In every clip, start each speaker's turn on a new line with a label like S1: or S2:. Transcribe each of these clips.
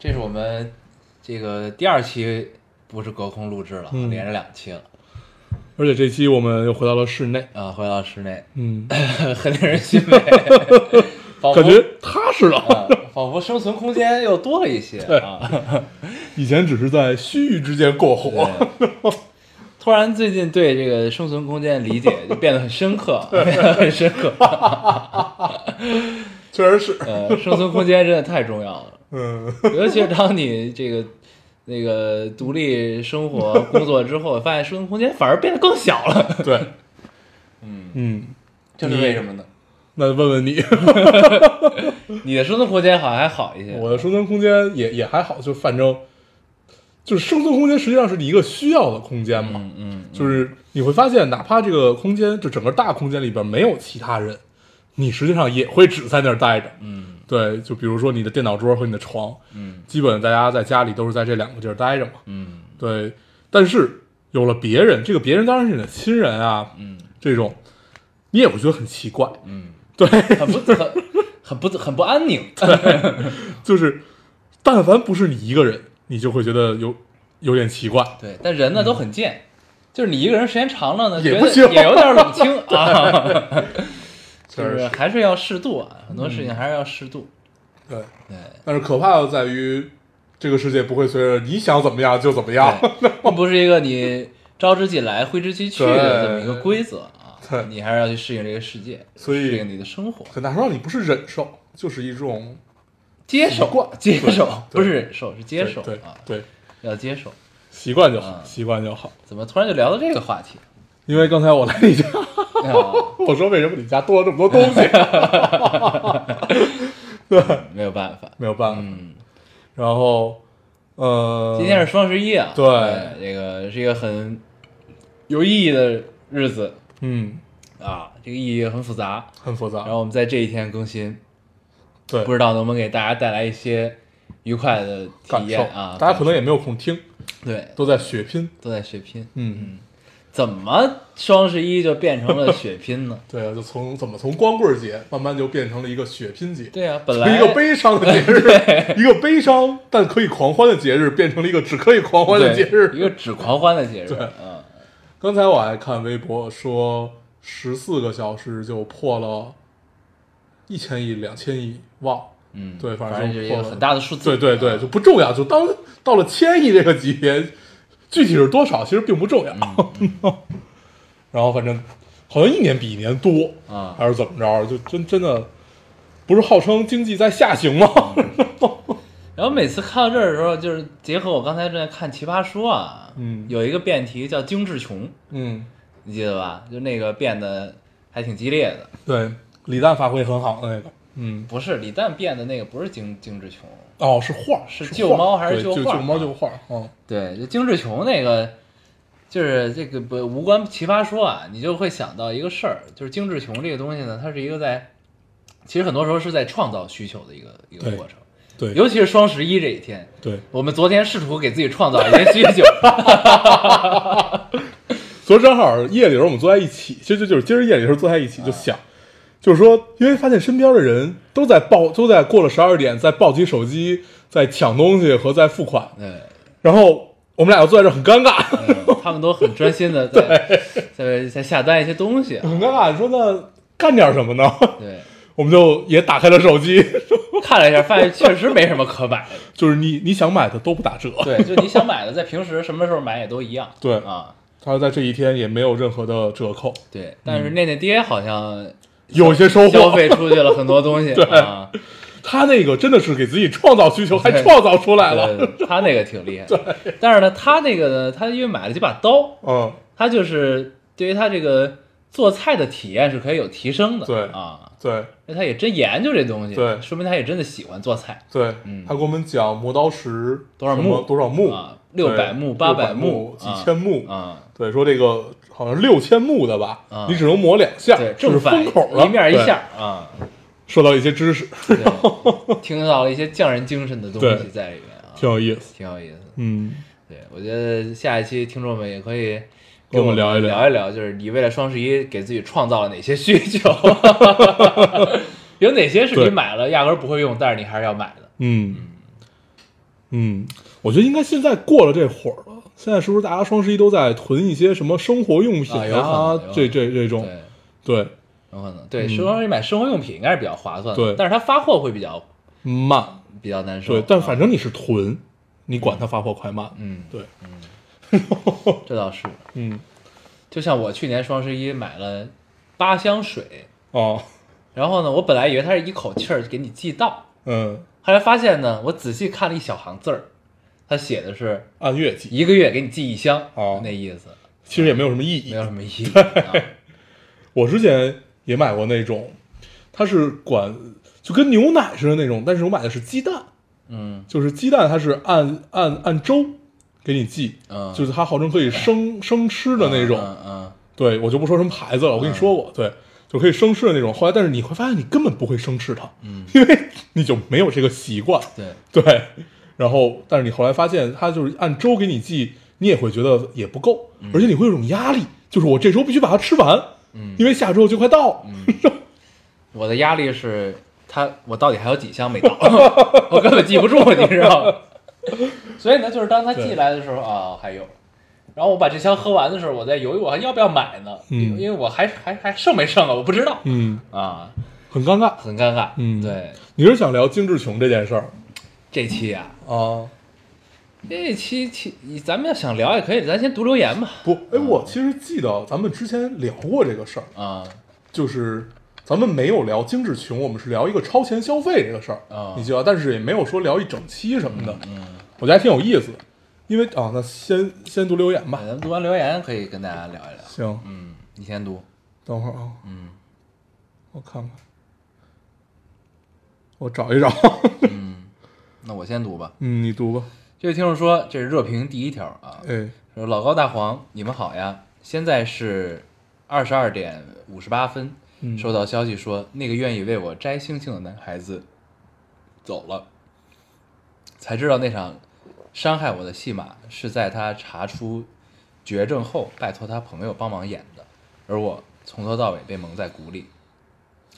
S1: 这是我们这个第二期不是隔空录制了，
S2: 嗯
S1: 连着两期了
S2: 而且这期我们又回到了室内，
S1: 啊、回到室 内，
S2: 嗯，
S1: 很令人欣 慰，仿佛
S2: 感觉踏实了。
S1: 啊、仿佛生存空间又多了一些
S2: 对
S1: 啊。
S2: 以前只是在须臾之间过火，
S1: 突然最近对这个生存空间理解就变得很深 刻，变得很深刻。
S2: 确实是，
S1: 呃，生存空间真的太重要了。
S2: 嗯，
S1: 尤其是当你这个那个独立生活工作之后，发现生存空间反而变得更小了。
S2: 对，
S1: 嗯，
S2: 嗯，
S1: 这是为什么呢？
S2: 那问问你，
S1: 你的生存空间好像还好一些。
S2: 我的生存空间也也还好，就反正就是生存空间实际上是你一个需要的空间嘛，
S1: 嗯嗯，
S2: 就是你会发现，哪怕这个空间就整个大空间里边没有其他人，你实际上也会只在那儿待着，
S1: 嗯
S2: 对，就比如说你的电脑桌和你的床，
S1: 嗯
S2: 基本大家在家里都是在这两个地儿待着嘛。
S1: 嗯
S2: 对，但是有了别人，这个别人当然是你的亲人啊，
S1: 嗯
S2: 这种你也会觉得很奇怪，
S1: 嗯，
S2: 对，
S1: 很不很很不很不安宁。
S2: 就是但凡不是你一个人，你就会觉得有有点奇怪，
S1: 对，但人呢都很贱，就是你一个人时间长了呢，
S2: 也
S1: 觉
S2: 不
S1: 得
S2: 行
S1: 也有点冷清啊。就
S2: 确实
S1: 是
S2: 是
S1: 还是要适度啊，很多事情还是要适度。
S2: 对。
S1: 对，
S2: 但是可怕的在于，这个世界不会随着你想怎么样就怎么样，
S1: 对，并不是一个你招之即来挥之即去的这么一个规则啊
S2: 对，
S1: 你还是要去适应这个世界，
S2: 所以
S1: 适应你的生活，
S2: 很难说你不是忍受，就是一种
S1: 接受
S2: 习惯
S1: 接受，
S2: 对
S1: 不是忍受，是接受
S2: 对
S1: 啊，
S2: 对对，
S1: 要接受。
S2: 习惯就好，
S1: 嗯
S2: 习惯就好。
S1: 怎么突然就聊到这个话 题？
S2: 因为刚才我来你家，
S1: 啊
S2: 我说为什么你家多了这么多东西？
S1: 嗯
S2: 对，
S1: 没有办法，
S2: 没有办法。
S1: 嗯，
S2: 然后，呃，
S1: 今天是双十一啊，
S2: 对
S1: 这个是一个很有意义的日子
S2: 嗯，
S1: 啊，这个意义很复杂。
S2: 很复杂
S1: 然。后我们在这一天更新，
S2: 对，
S1: 不知道能不能给大家带来一些愉快的体
S2: 感受
S1: 验啊？
S2: 大家可能也没有空听，
S1: 对，
S2: 都在血拼。
S1: 都在血拼。
S2: 嗯，？
S1: 怎么双十一就变成了血拼呢
S2: 对啊，就从怎么从光棍节慢慢就变成了一个血拼节，
S1: 对啊，本
S2: 从
S1: 来
S2: 一个悲伤的节日，一个悲伤但可以狂欢的节日，变成了一个只可以狂欢的节
S1: 对
S2: 日。
S1: 一个只狂欢的节日。
S2: 对
S1: 嗯，
S2: 刚才我还看微博说，十四个小时就破了一千亿、两千亿，忘。
S1: 嗯，
S2: 对
S1: 反
S2: 反正
S1: 就是一
S2: 破
S1: 个
S2: 了
S1: 很大的数字。啊
S2: 对对对，就不重要，就当到了千亿这个级别，具体是多少其实并不重要。
S1: 嗯
S2: 然后反正好像一年比一年多
S1: 啊
S2: 还是怎么着，就真真的不是号称经济在下行吗？
S1: 然后每次看到这儿的时候，就是结合我刚才正在看《奇葩说》啊，
S2: 嗯
S1: 有一个辩题叫“精致穷
S2: 嗯，”，
S1: 你记得吧？就那个变得还挺激烈的。
S2: 对，李诞发挥很好的那个，嗯，
S1: 不是李诞变的那个，不是精精致穷。
S2: 哦，是画，
S1: 是
S2: 是
S1: 救
S2: 画
S1: 猫还是
S2: 对
S1: 救
S2: 救
S1: 画啊
S2: 猫救画？嗯，
S1: 对，就精致穷那个，就是这个不无关奇葩说啊，你就会想到一个事儿，就是精致穷这个东西呢，它是一个在，其实很多时候是在创造需求的一个一个
S2: 对
S1: 过程，
S2: 对
S1: 尤其是双十一这一天，
S2: 对，
S1: 我们昨天试图给自己创造一 些需求，
S2: 昨儿正好夜里的时候我们坐在一起，其实就就是今儿夜里的时候坐在一
S1: 啊
S2: 起就想，就是说，因为发现身边的人都在抱，都在过了十二点在抱起手机，在抢东西和在付款，
S1: 对，
S2: 然后我们俩就坐在这儿很尴尬，
S1: 嗯他们都很专心 的在在在下单一些东西啊，
S2: 很尴尬。你说那干点什么呢？
S1: 对，
S2: 我们就也打开了手机，
S1: 看了一下，发现确实没什么可买的，
S2: 就是你你想买的都不打折，
S1: 对，就你想买的，在平时什么时候买也都一样，
S2: 对
S1: 啊，
S2: 他在这一天也没有任何的折扣，
S1: 对，但是内内爹好像
S2: 有一些收
S1: 消
S2: 获。
S1: 费出去了很多 东西，
S2: 对
S1: 啊。
S2: 他那个真的是给自己创造需求，还
S1: 对
S2: 创造出来了。
S1: 对，他那个挺厉害。对，但是呢，他那个呢，他因为买了几把刀，
S2: 嗯，
S1: 他就是对于他这个做菜的体验是可以有提升的。
S2: 对
S1: 啊，
S2: 对
S1: 那他也真研究这东西，
S2: 对
S1: 说明他也真的喜欢做菜
S2: 对，
S1: 嗯
S2: 他给我们讲磨刀石
S1: 多少
S2: 什
S1: 目
S2: 么多少目
S1: 啊，六百目、八
S2: 百
S1: 目、
S2: 几千目，
S1: 啊，
S2: 对，说这个好像六千目的吧
S1: 啊，
S2: 你只能磨两下，
S1: 嗯对，
S2: 就是
S1: 正反
S2: 封口了，
S1: 一面一
S2: 对
S1: 下，啊，
S2: 受到一些知识，
S1: 对，听到了一些匠人精神的东西
S2: 对
S1: 在里面啊，
S2: 挺有意思。
S1: 挺有意思的。
S2: 嗯，
S1: 对，我觉得下一期听众们也可以
S2: 跟我们聊一聊
S1: 聊一聊，就是你为了双十一给自己创造了哪些需 求，有哪些是你
S2: 对
S1: 买了压根儿不会用，但是你还是要买的。
S2: 嗯，嗯，我觉得应该现在过了这会儿了。现在是不是大家双十一都在囤一些什么生活用品
S1: 啊有可能有可能
S2: 这这这种，
S1: 对，
S2: 对，
S1: 有可能对，双十一买生活用品应该是比较划算的，
S2: 嗯对
S1: 但是它发货会比较
S2: 慢，
S1: 比较难受。
S2: 对，但
S1: 啊
S2: 反正你是囤，你管它发货快慢，
S1: 嗯，
S2: 对，
S1: 这倒是，
S2: 嗯，
S1: 就像我去年双十一买了八箱水，
S2: 哦，
S1: 然后呢，我本来以为它是一口气儿给你寄到，
S2: 嗯，
S1: 后来发现呢，我仔细看了一小行字儿，它写的是
S2: 按月计，
S1: 一个月给你寄一箱，
S2: 哦
S1: 那意思
S2: 其实也没有什么意
S1: 没
S2: 义
S1: 有。什么意义。啊、
S2: 我之前也买过那种，它是管就跟牛奶似的那种，但是我买的是鸡蛋，
S1: 嗯，
S2: 就是鸡蛋它是按按按周给你寄，
S1: 嗯
S2: 就是它号称可以生生吃 的那种，
S1: 嗯嗯
S2: 对我就不说什么牌子了，我跟你说过，对，就可以生吃的那种。后来，但是你会发现你根本不会生吃它，嗯， 因为你就没有这个习惯，
S1: 对，
S2: 对。然后，但是你后来发现它就是按周给你寄，你也会觉得也不够，而且你会有一种压力，就是我这周必须把它吃完，嗯，因为下周就快到了，
S1: 我的压力是它，我到底还有几箱没到， 我根本记不住，你知道吗？ 所以呢，就是当它寄来的时候啊，还有。然后我把这箱喝完的时候，我在犹豫我还要不要买呢，
S2: 嗯
S1: 因为我还还还剩没剩啊，我不知道、
S2: 嗯，
S1: 啊，
S2: 很尴尬。
S1: 很尴尬。
S2: 嗯
S1: 对，
S2: 你是想聊精致穷这件事儿
S1: 这期啊，
S2: 啊？
S1: 这期期咱们要想聊也可以，咱先读留言吧。
S2: 不，哎，我其实记得咱们之前聊过这个事儿，
S1: 啊，
S2: 就是咱们没有聊精致穷，我们是聊一个超前消费这个事儿
S1: 啊嗯
S2: 你记得，但是也没有说聊一整期什么的，我觉得还挺有意思的。因为啊，那先先读留言吧
S1: 咱。们读完留言可以跟大家聊一聊。
S2: 行，
S1: 嗯，你先读。
S2: 等会儿啊，嗯，我看看，我找一找，
S1: 那我先读吧。
S2: 嗯，你读吧。
S1: 这位听众说，这是热评第一条啊，
S2: 哎，
S1: 说老高大黄，你们好呀，现在是二十二点五十八分，
S2: 嗯
S1: 收到消息说那个愿意为我摘星星的男孩子走了，才知道那场伤害我的戏码是在他查出绝症后，拜托他朋友帮忙演的，而我从头到尾被蒙在鼓里，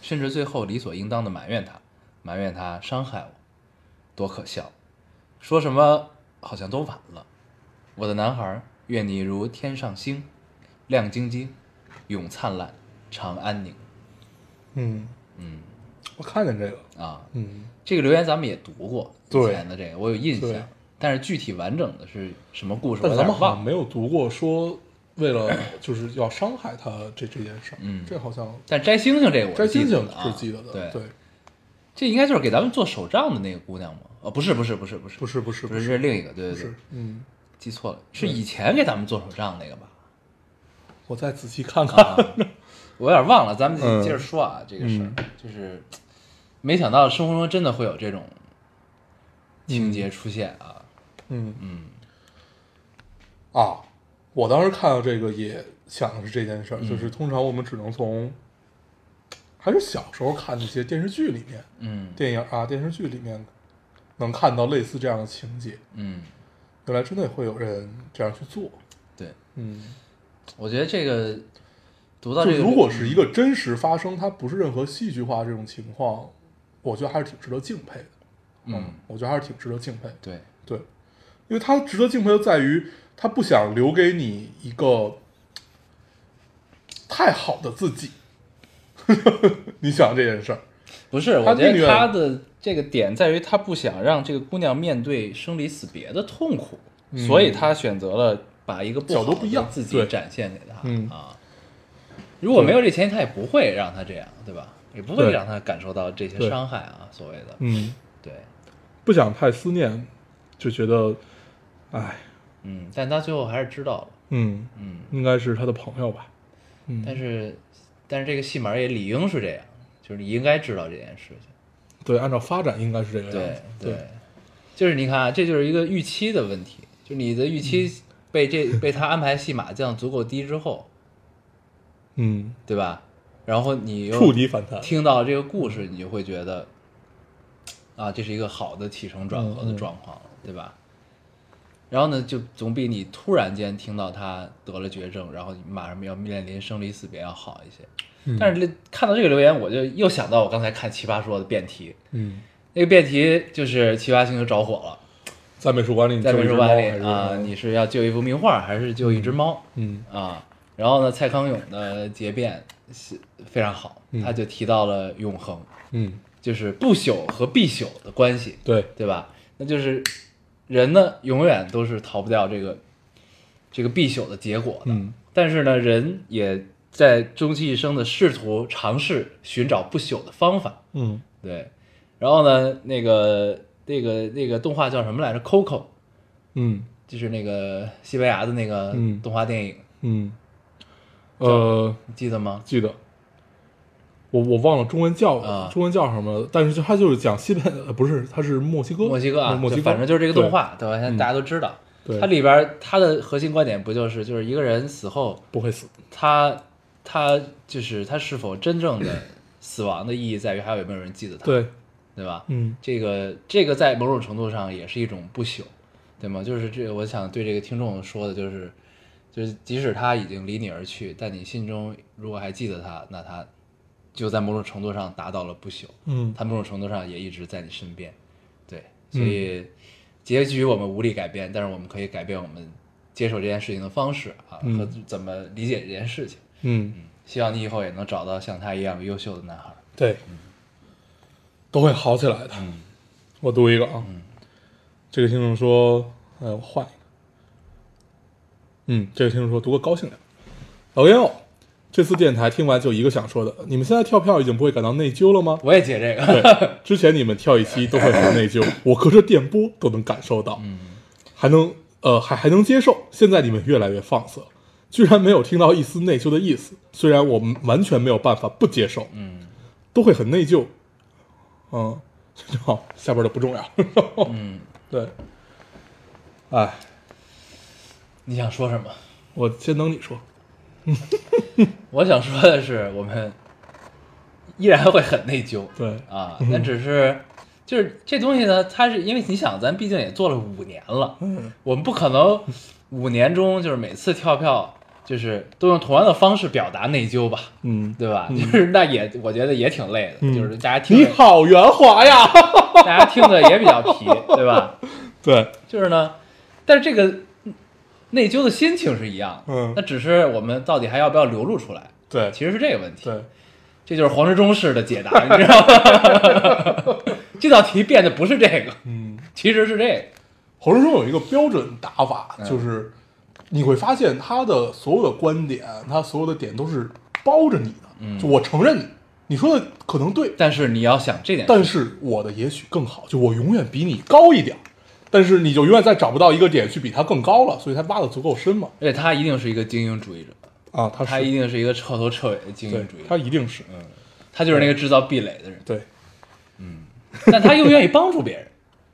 S1: 甚至最后理所应当的埋怨他，埋怨他伤害我，多可笑！说什么好像都晚了。我的男孩，愿你如天上星，亮晶晶，永灿烂，常安宁
S2: 嗯嗯，我看见这个，
S1: 啊！
S2: 嗯，
S1: 这个留言咱们也读过，
S2: 对
S1: 以前的这个我有印
S2: 对
S1: 象，但是具体完整的是什么故事，我
S2: 但
S1: 有点
S2: 是咱们好像
S1: 忘了。
S2: 没有读过说为了就是要伤害他这这件事儿，
S1: 嗯
S2: 这好像
S1: 但摘星星这个我
S2: 摘
S1: 是
S2: 星
S1: 记得
S2: 星
S1: 的啊
S2: 是记得的，
S1: 对，
S2: 对，
S1: 这应该就是给咱们做手账的那个姑娘吗？哦，不是，不是，不是，不是，
S2: 不是不是
S1: 不是，这是另一个，对对
S2: 不
S1: 对
S2: 是，，嗯，
S1: 记错了，是以前给咱们做手账那个吧？
S2: 我再仔细看看，
S1: 啊，我有点忘了，咱们
S2: 嗯
S1: 接着说啊，这个事儿就是没想到生活中真的会有这种情节出现啊，
S2: 嗯嗯，啊，我当时看到这个也想的是这件事儿，
S1: 嗯
S2: 就是通常我们只能从还是小时候看那些电视剧里面、
S1: 嗯
S2: 电影啊、电视剧里面能看到类似这样的情节，
S1: 嗯，
S2: 原来真的会有人这样去做，
S1: 对，
S2: 嗯，我
S1: 我觉得这个读到
S2: 就
S1: 这个，嗯
S2: 如果是一个真实发生，它不是任何戏剧化这种情况，我觉得还是挺值得敬佩的。
S1: 嗯，
S2: 我觉得还是挺值得敬佩的。
S1: 对
S2: 对，因为它值得敬佩就在于它不想留给你一个太好的自己。 你想这件事儿，
S1: 不是，
S2: 他
S1: 我觉
S2: 宁
S1: 得
S2: 愿
S1: 他的这个点在于他不想让这个姑娘面对生离死别的痛苦，所以他选择了把一个不
S2: 嗯角度
S1: 好
S2: 不一
S1: 的
S2: 样
S1: 自己
S2: 对
S1: 展现给她
S2: 嗯
S1: 啊。如果没有这前提，他也不会让她这样，对吧？也不会
S2: 对
S1: 让她感受到这些
S2: 对
S1: 伤害啊，所谓的，
S2: 嗯，
S1: 对，
S2: 不想太思念，就觉得，哎，
S1: 嗯，但他最后还是知道了，
S2: 嗯
S1: 嗯，
S2: 应该是他的朋友吧。嗯
S1: 但是但是这个戏码也理应是这样，就是你应该知道这件事情。
S2: 对，按照发展应该是这个样
S1: 对
S2: 子。对，
S1: 就是你看啊，这就是一个预期的问题，就是你的预期被这、被他安排戏码降足够低之后，
S2: 嗯，
S1: 对吧？然后你又
S2: 触底反弹，
S1: 听到这个故事，你就会觉得，啊，这是一个好的起承转合的
S2: 嗯
S1: 状况，对吧？然后呢，就总比你突然间听到他得了绝症，然后你马上要面临生离死别要好一些。
S2: 嗯
S1: 但是看到这个留言，我就又想到我刚才看《奇葩说》的辩题，
S2: 嗯，
S1: 那个辩题就是奇葩星球着火了，
S2: 在美术馆里，
S1: 在美术馆里啊，
S2: 啊，
S1: 你是要救一幅名画还是救一只猫？
S2: 嗯
S1: 啊，然后呢，蔡康永的结辩是非常好，
S2: 嗯
S1: 他就提到了永恒，
S2: 嗯，
S1: 就是不朽和必朽的关系，
S2: 对，
S1: 对吧？那就是人呢，永远都是逃不掉这个这个必朽的结果的。
S2: 嗯
S1: 但是呢，人也在终其一生的试图尝试寻找不朽的方法，
S2: 嗯
S1: 对。然后呢，那个那个那个动画叫什么来着？Coco，
S2: 嗯
S1: 就是那个西班牙的那个
S2: 嗯
S1: 动画电影，
S2: 嗯，呃，
S1: 你记得吗？
S2: 记得。我我忘了中文叫、
S1: 啊
S2: 中文叫什么了，但是就它就是讲西班，呃不是，它是墨西哥，
S1: 墨西哥啊，
S2: 墨西
S1: 就
S2: 哥，
S1: 反正就是这个动画，对吧？现在
S2: 嗯
S1: 大家都知道，
S2: 对
S1: 它里边儿它的核心观点不就是就是一个人死后，
S2: 对不会死，
S1: 他他就是他是否真正的死亡的意义在于还有没有人记得他，
S2: 对，
S1: 对吧？
S2: 嗯
S1: 这个这个在某种程度上也是一种不朽，对吗？就是这个我想对这个听众说的就是，就是即使他已经离你而去，但你心中如果还记得他，那他就在某种程度上达到了不朽。
S2: 嗯，
S1: 他某种程度上也一直在你身边，对，所以结局我们无力改变，但是我们可以改变我们接受这件事情的方式啊、
S2: 嗯
S1: 和怎么理解这件事情。
S2: 嗯，
S1: 希望你以后也能找到像他一样优秀的男孩。
S2: 对，都会好起来的。
S1: 嗯
S2: 我读一个啊，这个听众说，哎，我换一个。嗯，这个听众说读个高兴点。老烟友，这次电台听完就一个想说的，你们现在跳票已经不会感到内疚了吗？
S1: 我也解这 个，
S2: 对，之前你们跳一期都会很内疚，我隔着电波都能感受到，还能呃还还能接受。现在你们越来越放肆了，居然没有听到一丝内疚的意思。虽然我们完全没有办法不接受，嗯，都会很内疚。嗯，好，下边的不重要。嗯， 对。哎，
S1: 你想说什么？
S2: 我先等你说。
S1: 我想说的是，我们依然会很内疚，
S2: 对
S1: 啊，但只是就是这东西呢，它是因为你想，咱毕竟也做了五年了，嗯，我们不可能五年中就是每次跳票就是都用同样的方式表达内疚吧，
S2: 嗯，
S1: 对吧？就是那也我觉得也挺累的，
S2: 嗯
S1: 就是大家听
S2: 你
S1: 着
S2: 好圆滑呀。
S1: 大家听的也比较皮，对吧？
S2: 对，
S1: 就是呢，但是这个内疚的心情是一样的，
S2: 嗯
S1: 那只是我们到底还要不要流露出来，
S2: 对，
S1: 其实是这个问题，
S2: 对，
S1: 这就是黄执中式的解答，你知道吗？ 这道题变的不是这个，
S2: 嗯。
S1: 其实是这个。
S2: 侯世忠有一个标准打法，
S1: 嗯
S2: 就是你会发现他的所有的观点，他所有的点都是包着你的。就我承认你，你说的可能对，
S1: 但是你要想这点，
S2: 但是我的也许更好，就我永远比你高一点儿，但是你就永远再找不到一个点去比他更高了，所以他挖的足够深嘛。
S1: 而且他一定是一个精英主义者，
S2: 啊，他
S1: 他
S2: 是
S1: 一定是一个彻头彻尾的精
S2: 对
S1: 英主义，
S2: 他
S1: 者，
S2: 一定是，，
S1: 他就是那个制造壁垒的人
S2: 对，
S1: 但他又愿意帮助别 人。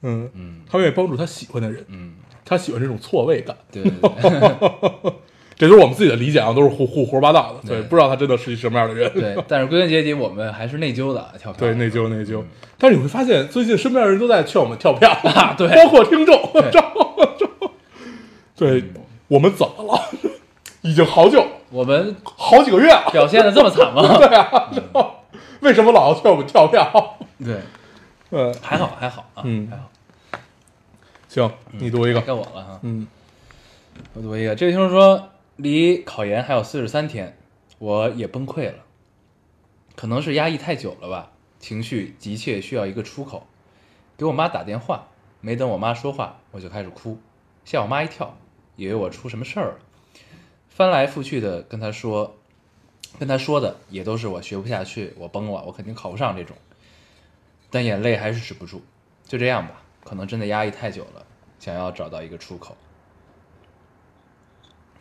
S2: 嗯嗯，他愿意帮助他喜欢的人，嗯，他喜欢这种错位感，
S1: 对对对
S2: 这都是我们自己的理解啊，都是胡胡胡说八道的，对，
S1: 对
S2: 不知道他真的是一什么样的人，
S1: 对，但是归根结底，我们还是内疚的啊跳票。
S2: 对，内疚内疚。但是你会发现，最近身边的人都在劝我们跳票，
S1: 啊对
S2: 包括听众， 对，我们怎么了？ 已经好久
S1: 我们
S2: 好几个月了，
S1: 表现的这么惨吗？
S2: 对啊，为什么老要劝我们跳票？
S1: 对，
S2: 嗯，
S1: 还好还好啊，
S2: 嗯
S1: 还好。
S2: 行，你读一个，
S1: 该我了哈，
S2: 嗯
S1: 我读一个。这位听众说，离考研还有四十三天，我也崩溃了，可能是压抑太久了吧，情绪急切需要一个出口。给我妈打电话，没等我妈说话，我就开始哭，吓我妈一跳，以为我出什么事儿了。翻来覆去的跟她说，跟她说的也都是我学不下去，我崩了，我肯定考不上这种。但眼泪还是止不住，就这样吧，可能真的压抑太久了，想要找到一个出口。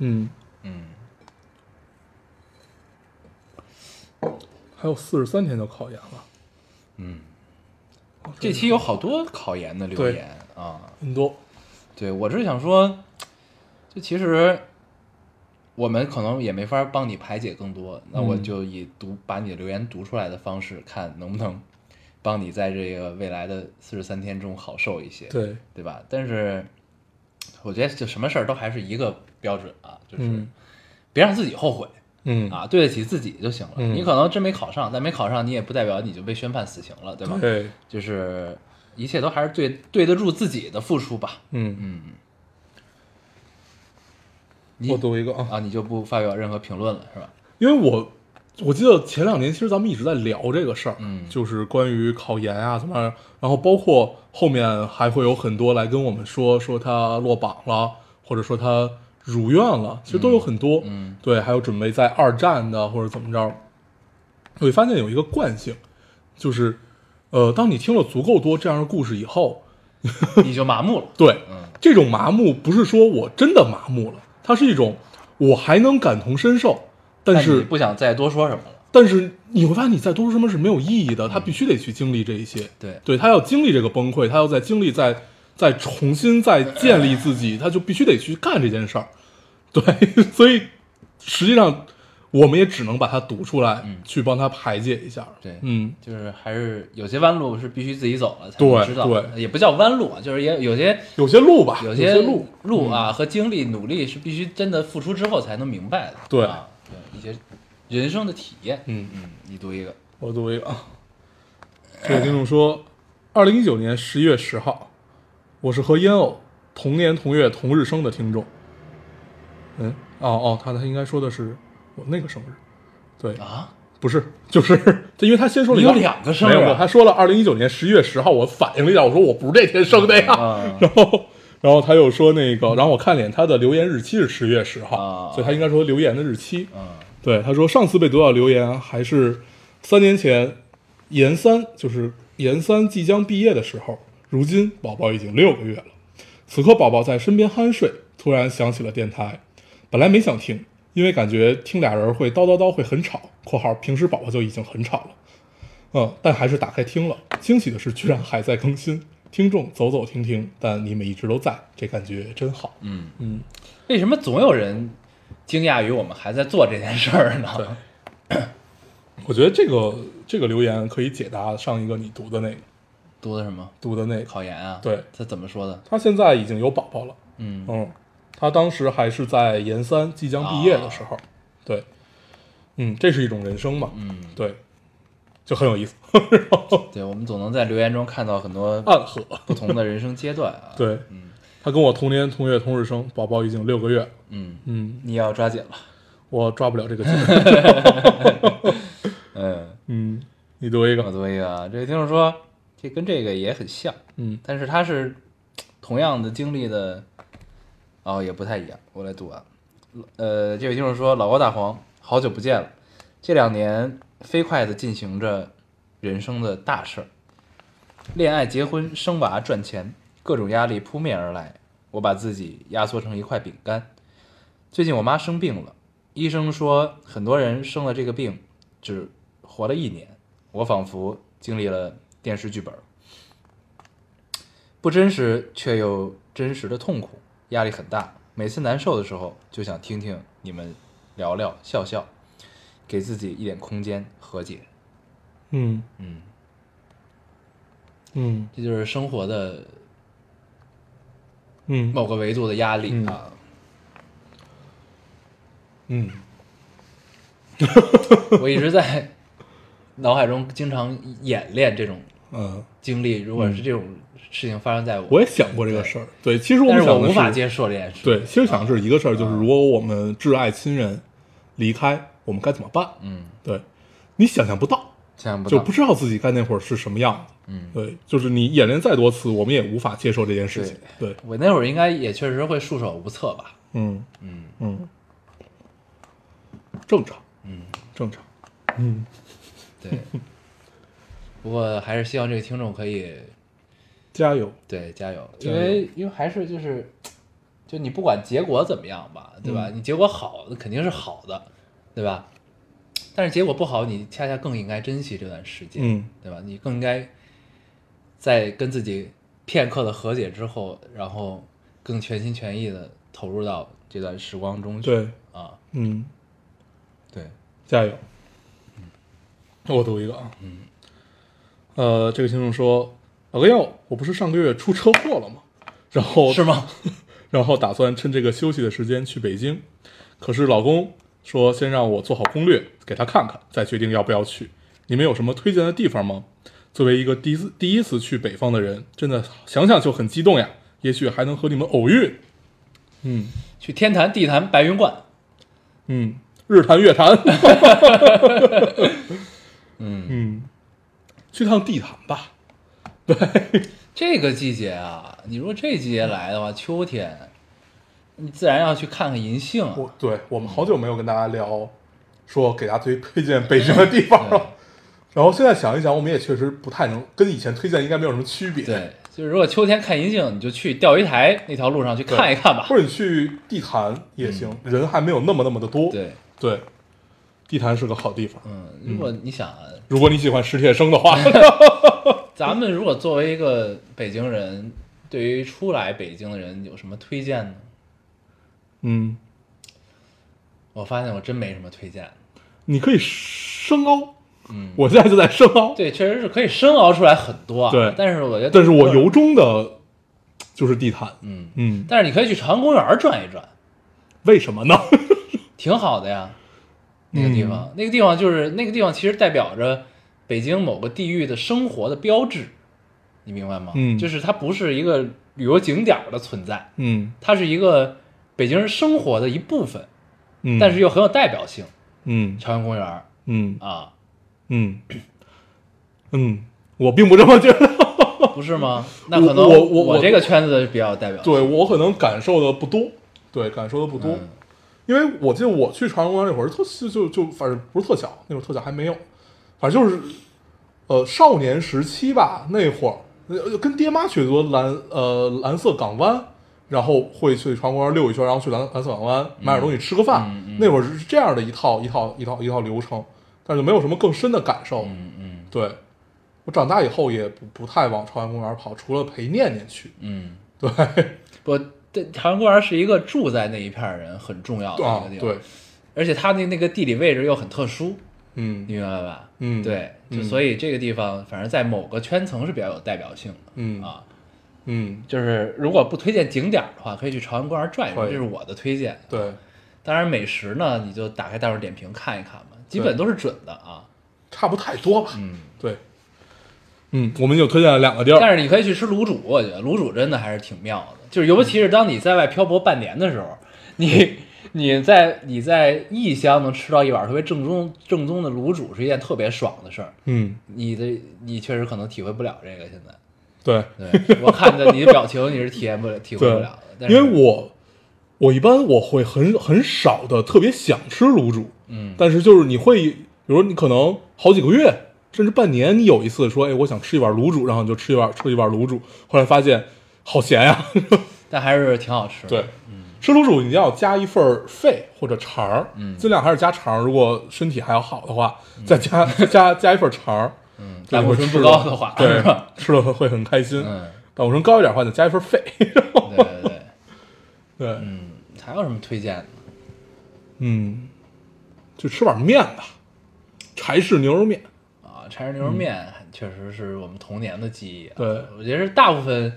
S1: 嗯
S2: 嗯还有四十三天就考研了，嗯
S1: 这期有好多考研的留言啊，
S2: 很嗯多。
S1: 对我是想说，就其实我们可能也没法帮你排解更多，那
S2: 嗯
S1: 我就以读把你的留言读出来的方式，看能不能帮你在这个未来的四十三天中好受一些，
S2: 对，
S1: 对吧？但是我觉得就什么事儿都还是一个标准啊，就是
S2: 嗯
S1: 别让自己后悔。
S2: 嗯，
S1: 啊，对得起自己就行了。
S2: 嗯
S1: 你可能真没考上，但没考上你也不代表你就被宣判死刑了，对吧？
S2: 对，
S1: 就是一切都还是对对得住自己的付出吧。
S2: 嗯，
S1: 嗯，你
S2: 我读一个啊，
S1: 啊，你就不发表任何评论了，是吧？
S2: 因为我我记得前两年其实咱们一直在聊这个事儿，
S1: 嗯
S2: 就是关于考研啊怎么样，然后包括后面还会有很多来跟我们说说他落榜了，或者说他如愿了，其实都有很多，
S1: 嗯嗯
S2: 对，还有准备在二战的或者怎么着，我会发现有一个惯性，就是呃，当你听了足够多这样的故事以后，
S1: 你就麻木了。
S2: 对，
S1: 嗯
S2: 这种麻木不是说我真的麻木了，它是一种我还能感同身受， 但
S1: 但
S2: 是
S1: 你不想再多说什么了。
S2: 但是你会发现，你再多说什么是没有意义
S1: 嗯
S2: 的，他必须得去经历这一些。
S1: 对
S2: 对他要经历这个崩溃，他要在经历再再重新再建立自己，他就必须得去干这件事儿。对， 所以实际上我们也只能把它读出来，
S1: 嗯
S2: 去帮他排解一下。
S1: 对
S2: 嗯，
S1: 就是还是有些弯路是必须自己走了才
S2: 对
S1: 能知道，
S2: 对
S1: 也不叫弯路啊，就是也有些
S2: 有些路吧，
S1: 啊有
S2: 有
S1: 些
S2: 路，
S1: 路啊和经历努力是必须真的付出之后才能明白的，
S2: 对
S1: 啊，对一些人生的体验，
S2: 嗯
S1: 嗯，你读一个，
S2: 我读一个啊，这位听众说，二零一九年十一月十号，我是和烟偶同年同月同日生的听众。嗯，哦哦，他他应该说的是我那个生日，对，
S1: 啊，
S2: 不是，就是他，因为他先说了一
S1: 你有两个生日啊
S2: 没有没有，他说了二零一九年十一月十号，我反应了一下，我说我不是这天生的呀，
S1: 啊
S2: 然后然后他又说那个，然后我看了一眼他的留言日期是十月十号，
S1: 嗯啊
S2: 所以他应该说留言的日期，
S1: 嗯
S2: 对，他说上次被读到留言还是三年前，研三就是研三即将毕业的时候，如今宝宝已经六个月了。此刻宝宝在身边酣睡，突然想起了电台，本来没想听，因为感觉听俩人会叨叨叨会很吵（括号平时宝宝就已经很吵了），嗯，但还是打开听了。惊喜的是，居然还在更新，听众走走停停，但你们一直都在，这感觉真好。
S1: 嗯
S2: 嗯，
S1: 为什么总有人惊讶于我们还在做这件事儿呢？
S2: 对，我觉得这个这个留言可以解答上一个你读的那个
S1: 读的什么
S2: 读的那个。
S1: 考研啊？
S2: 对，
S1: 他怎么说的？
S2: 他现在已经有宝宝了，
S1: 嗯，
S2: 嗯，他当时还是在研三即将毕业的时候，
S1: 啊
S2: 对，嗯，这是一种人生嘛，嗯，对，就很有意思，
S1: 对，我们总能在留言中看到很多
S2: 暗合，
S1: 不同的人生阶段啊。，
S2: 对，他跟我同年同月同日生，宝宝已经六个月了，
S1: 嗯，
S2: 嗯，
S1: 你要抓紧了。
S2: 我抓不了这 个劲，
S1: 嗯，
S2: 嗯，你读一
S1: 我
S2: 个，
S1: 读一个啊，这个听众说，这跟这个也很像，
S2: 嗯
S1: 但是他是同样的经历的，哦，也不太一样。我来读啊，呃，这位听众说，老高大黄，好久不见了，这两年飞快的进行着人生的大事儿，恋爱、结婚、生娃、赚钱，各种压力扑面而来，我把自己压缩成一块饼干。最近我妈生病了，医生说很多人生了这个病只活了一年，我仿佛经历了电视剧本儿。不真实却又真实的痛苦，压力很大。每次难受的时候，就想听听你们聊聊笑笑，给自己一点空间和解。
S2: 嗯
S1: 嗯，
S2: 嗯
S1: 这就是生活的
S2: 嗯
S1: 某个维度的压力
S2: 嗯
S1: 啊。
S2: 嗯，
S1: 我一直在脑海中经常演练这种
S2: 嗯，
S1: 经历，如果是这种事情发生在我，
S2: 我也想过这个事儿，对，其实我
S1: 但
S2: 们
S1: 是
S2: 想
S1: 我
S2: 的
S1: 无
S2: 是
S1: 法接受这件事。
S2: 对，其实想的是一个事儿，就是如果我们挚爱亲人离开，我们该怎么办？
S1: 嗯，
S2: 对，你想象不到，
S1: 想象不到，
S2: 就不知道自己该那会儿是什么样子。
S1: 嗯，
S2: 对，就是你演练再多次，我们也无法接受这件事情。对，
S1: 我那会儿应该也确实会束手无策吧。
S2: 嗯
S1: 嗯
S2: 嗯，正常，嗯，正常，嗯，
S1: 对，不过还是希望这个听众可以
S2: 加油，
S1: 对加油，
S2: 加
S1: 因
S2: 油
S1: 为因为还是就是，就你
S2: 嗯
S1: 不管结果怎么样吧，对吧？你结果好，那肯定是好的，对吧？但是结果不好，你恰恰更应该珍惜这段时间，
S2: 嗯，
S1: 对吧？你更应该在跟自己片刻的和解之后，然后更全心全意的投入到这段时光中去。
S2: 对，
S1: 啊，
S2: 嗯，
S1: 对，
S2: 加油。我读一个啊，嗯，呃，这个听众说，老哥要，我不是上个月出车祸了吗？ 然后
S1: 是吗？
S2: 然后打算趁这个休息的时间去北京，可是老公说先让我做好攻略给他看看，再决定要不要去。你们有什么推荐的地方吗？作为一个第一次第一次去北方的人，真的想想就很激动呀。也许还能和你们偶遇。嗯
S1: 去天坛、地坛、白云观，
S2: 嗯，日坛月坛。
S1: 嗯
S2: 嗯，去趟地坛吧。
S1: 这个季节啊，你如果这季节来的话，秋天，你自然要去看看银杏啊。
S2: 我对我们好久没有跟大家聊，说给大家推推荐北京的地方了。 然后现在想一想，我们也确实不太能跟以前推荐应该没有什么区别。，
S1: 对，就是如果秋天看银杏，你就去钓鱼台那条路上去看一看吧。
S2: 或者你去地坛也行，人还没有那么那么的多。
S1: 对，
S2: 嗯对地坛是个好地方。
S1: 嗯，如果你想啊，
S2: 如果你喜欢史铁生的 话，
S1: 咱们如果作为一个北京人，对于初来北京的人有什么推荐呢？
S2: 嗯，
S1: 我发现我真没什么推荐。
S2: 你可以深凹。
S1: 嗯，
S2: 我现在就在深凹。
S1: 对，确实是可以深熬出来很多啊。
S2: 对
S1: 但是我觉得，
S2: 但是我由衷的，就是地坛。
S1: 嗯，
S2: 嗯，
S1: 但是你可以去朝阳公园转一转，
S2: 为什么呢？
S1: 挺好的呀。
S2: 嗯
S1: 那个地方，那个地方就是那个地方，其实代表着北京某个地域的生活的标志，你明白吗？
S2: 嗯
S1: 就是它不是一个旅游景点儿的存在，
S2: 嗯
S1: 它是一个北京人生活的一部分，
S2: 嗯，
S1: 但是又很有代表性。
S2: 嗯
S1: 朝阳公园儿
S2: 嗯
S1: 啊，
S2: 嗯，嗯，我并不这么觉得。
S1: 不是吗？那可能
S2: 我我我
S1: 这个圈子比较有代表性。
S2: 对我可能感受的不多，对，感受的不多，
S1: 嗯
S2: 因为我记得我去朝阳公园那会儿特就就就反正不是特小，那会儿特小还没有，反正就是呃少年时期吧，那会儿呃跟爹妈去多蓝呃蓝色港湾。然后会去朝阳公园溜一圈，然后去蓝蓝色港湾买点东西吃个饭。
S1: 嗯嗯
S2: 那会儿是这样的一套一套一套一套流程，但是就没有什么更深的感受。
S1: 嗯嗯
S2: 对，我长大以后也不不太往朝阳公园跑，除了陪念念去。
S1: 嗯，
S2: 对，
S1: 不，对，朝阳公园是一个住在那一片儿人很重要的一
S2: 啊
S1: 哦个地，方，
S2: 对，，
S1: 而且它的那个地理位置又很特殊，
S2: 嗯
S1: 你明白吧？
S2: 嗯，
S1: 对，就
S2: 嗯
S1: 所以这个地方，反正在某个圈层是比较有代表性的
S2: 嗯
S1: 啊。
S2: 嗯，
S1: 就是如果不推荐景点儿的话，可以去朝阳公园转一转，
S2: 可以
S1: 这是我的推荐。
S2: 对，
S1: 当然美食呢，你就打开大众点评看一看吧，基本都是准的啊。
S2: 差不太多吧。
S1: 嗯，
S2: 对，嗯，我们就推荐了两个地儿。
S1: 但是你可以去吃卤煮，我觉得卤煮真的还是挺妙的，就是尤其是当你在外漂泊半年的时候，你。 你在你在异乡能吃到一碗特别正宗正宗的卤煮是一件特别爽的事儿，
S2: 嗯，
S1: 你的你确实可能体会不了这个现在。
S2: 对，
S1: 对，我看着你的表情，你是体验不了、体会不
S2: 对
S1: 了的。，但
S2: 因
S1: 是
S2: 为我我一般我会很很少的特别想吃卤煮，
S1: 嗯
S2: 但是就是你会，比如说你可能好几个月甚至半年，你有一次说，哎，我想吃一碗卤煮，然后你就吃一碗吃一碗卤煮，后来发现好咸呀、
S1: 但还是挺好吃的。
S2: 对，吃卤煮你要加一份儿肺或者肠儿，嗯，尽量还是加肠儿。如果身体还要好的话，再加再加加一份儿肠儿，
S1: 嗯，
S2: 这
S1: 胆
S2: 样
S1: 固
S2: 会
S1: 醇
S2: 吃
S1: 不
S2: 得
S1: 高的话，
S2: 对
S1: 是吧？，
S2: 吃了会很开心。
S1: 嗯，
S2: 胆固醇高一点的话，你加一份儿肺。
S1: 对对对，
S2: 对，
S1: 嗯，还有什么推荐的？
S2: 嗯，就吃碗面吧，柴氏牛肉面。
S1: 啊，柴烧牛肉面确实是我们童年的记忆、啊。
S2: 对
S1: 我觉得是大部分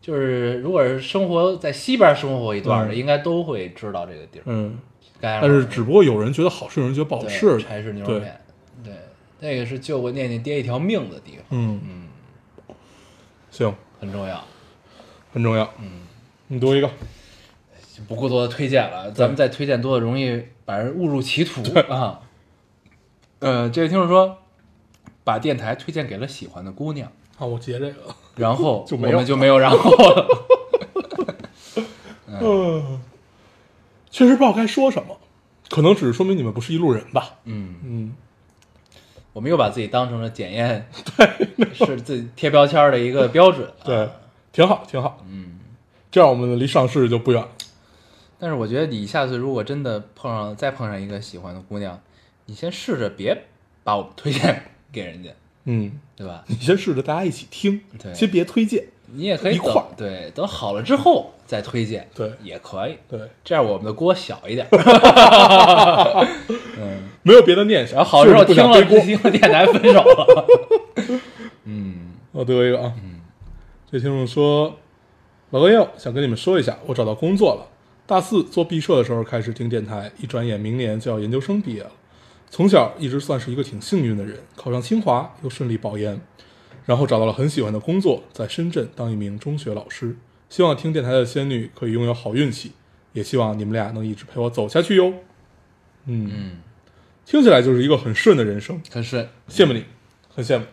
S1: 就是如果是生活在西边生活一段的，
S2: 嗯
S1: 应该都会知道这个地儿。
S2: 嗯，
S1: 该
S2: 但是只不过有人觉得好吃，有人觉得不好吃。
S1: 柴式牛肉
S2: 对，
S1: 面，对，那个是救过念念爹一条命的地方，
S2: 嗯嗯，行，
S1: 很重要。
S2: 很重要。嗯，你读一个。
S1: 就不过多的推荐了，咱们再推荐多了容易把人误入歧途啊。 呃，这位听众说，把电台推荐给了喜欢的姑娘，
S2: 啊，我截这个。
S1: 然后
S2: 就
S1: 我
S2: 没有
S1: 们 就没有然后了。
S2: 嗯，确实不知道该说什么，可能只是说明你们不是一路人吧。
S1: 嗯，
S2: 嗯，
S1: 我们又把自己当成了检 验是自己贴标签的一个标准。
S2: 对，挺好，挺好。嗯，这样我们离上市就不远了。
S1: 但是我觉得你下次如果真的碰上再碰上一个喜欢的姑娘，你先试着别把我推荐 给人家，
S2: 嗯，
S1: 对吧？
S2: 你先试着大家一起听
S1: 对，
S2: 先别推荐，
S1: 你也可以
S2: 一块
S1: 等
S2: 儿
S1: 对等好了之后再推荐，
S2: 对
S1: 也可以，
S2: 对，
S1: 这样我们的锅小一点。
S2: 没有别的念想，
S1: 然后好了之后
S2: 就是不
S1: 听了
S2: 想背锅
S1: 听了电台分手了，
S2: 我读一个啊，这听众说，老哥友想跟你们说一下，我找到工作了。大四做毕设的时候开始听电台，一转眼明年就要研究生毕业了。从小一直算是一个挺幸运的人，考上清华又顺利保研，然后找到了很喜欢的工作，在深圳当一名中学老师。希望听电台的仙女可以拥有好运气，也希望你们俩能一直陪我走下去哟。嗯，听起来就是一个很顺的人生，
S1: 很顺，
S2: 羡慕你，很羡慕。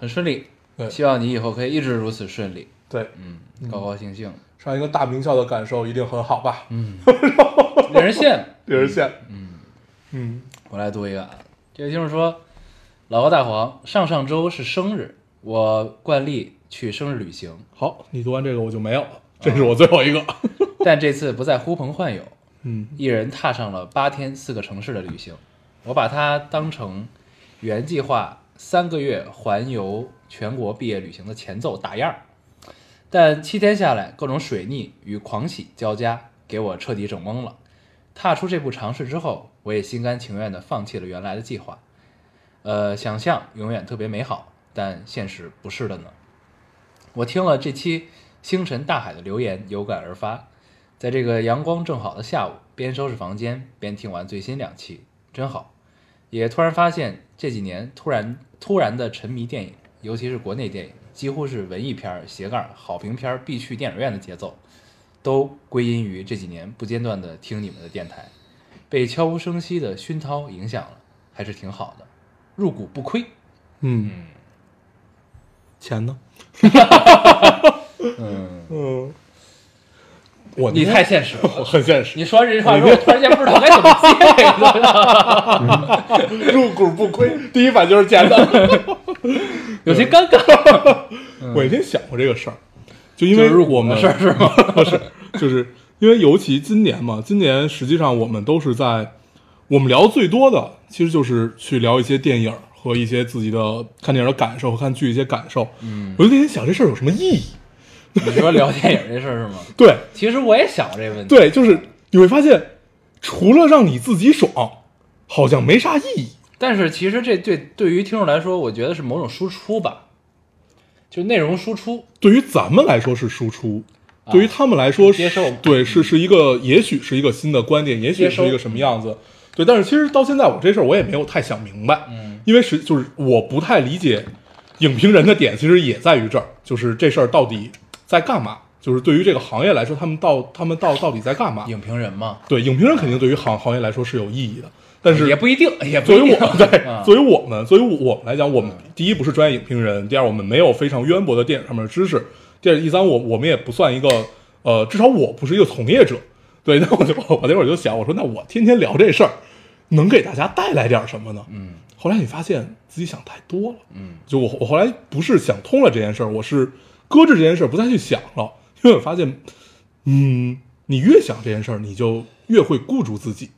S1: 很顺利。
S2: 对
S1: 希望你以后可以一直如此顺利，
S2: 对，
S1: 嗯，高高兴兴，
S2: 上一个大名校的感受一定很好吧？嗯，
S1: 令人羡慕。
S2: 令人羡慕。嗯嗯，
S1: 我来读一个啊，这位听众说，老高大黄，上上周是生日，我惯例去生日旅行，
S2: 好，你读完这个我就没有了，这是我最后一个。
S1: 但这次不再呼朋唤友，
S2: 嗯，
S1: 一人踏上了八天四个城市的旅行。我把它当成原计划三个月环游全国毕业旅行的前奏打样儿，但七天下来，各种水逆与狂喜交加，给我彻底整懵了。踏出这步尝试之后，我也心甘情愿地放弃了原来的计划。呃，想象永远特别美好，但现实不是的呢。我听了这期星辰大海的留言，有感而发，在这个阳光正好的下午，边收拾房间边听完最新两期，真好。也突然发现这几年突然突然的沉迷电影，尤其是国内电影，几乎是文艺片儿、斜杠儿、好评片儿必去电影院的节奏，都归因于这几年不间断的听你们的电台，被悄无声息的熏陶影响了，还是挺好的，入股不亏。
S2: 嗯，钱呢？
S1: 嗯，
S2: 嗯，我
S1: 你太现实
S2: 我
S1: 了。
S2: 很现实，
S1: 你说这句话之后，我突然间不知道该怎么接这个了。
S2: 入股不亏，第一反就是钱的。
S1: 有些尴尬，
S2: 我也真想过这个事儿，就因为
S1: 嗯就是入股
S2: 我们
S1: 的事儿是吗？
S2: 不是，就是因为尤其今年嘛，今年实际上我们都是在我们聊最多的，其实就是去聊一些电影和一些自己的看电影的感受和看剧的一些感受。嗯，我就在想这事儿有什么意义？
S1: 你说聊电影这事儿是吗？
S2: 对
S1: 其实我也想过这个问题。，
S2: 对，就是你会发现，除了让你自己爽，好像没啥意义。
S1: 但是其实这对对于听众来说，我觉得是某种输出吧，就内容输出。
S2: 对于咱们来说是输出，对于他们来说是
S1: 啊接受
S2: 对是是一个，也许是一个新的观点，也许
S1: 接收
S2: 是一个什么样子。对，但是其实到现在我这事儿我也没有太想明白，嗯，因为是就是我不太理解影评人的点，其实也在于这儿，就是这事儿到底在干嘛？就是对于这个行业来说，他们到他们到到底在干嘛？
S1: 影评人嘛，
S2: 对，影评人肯定对于行行业来说是有意义的，但是
S1: 也不一定，也不
S2: 作
S1: 一
S2: 为
S1: 定。
S2: 我对，
S1: 啊
S2: 作为我们，作为我们来讲，我们第一不是专业影评人，第二我们没有非常渊博的电影上面的知识，第二第三我我们也不算一个呃，至少我不是一个从业者。对，那我就我那会儿就想，我说那我天天聊这事儿，能给大家带来点什么呢？嗯，后来你发现自己想太多了，嗯，就我我后来不是想通了这件事儿，我是搁置这件事儿不再去想了，因为我发现，嗯，你越想这件事儿，你就越会固住自己，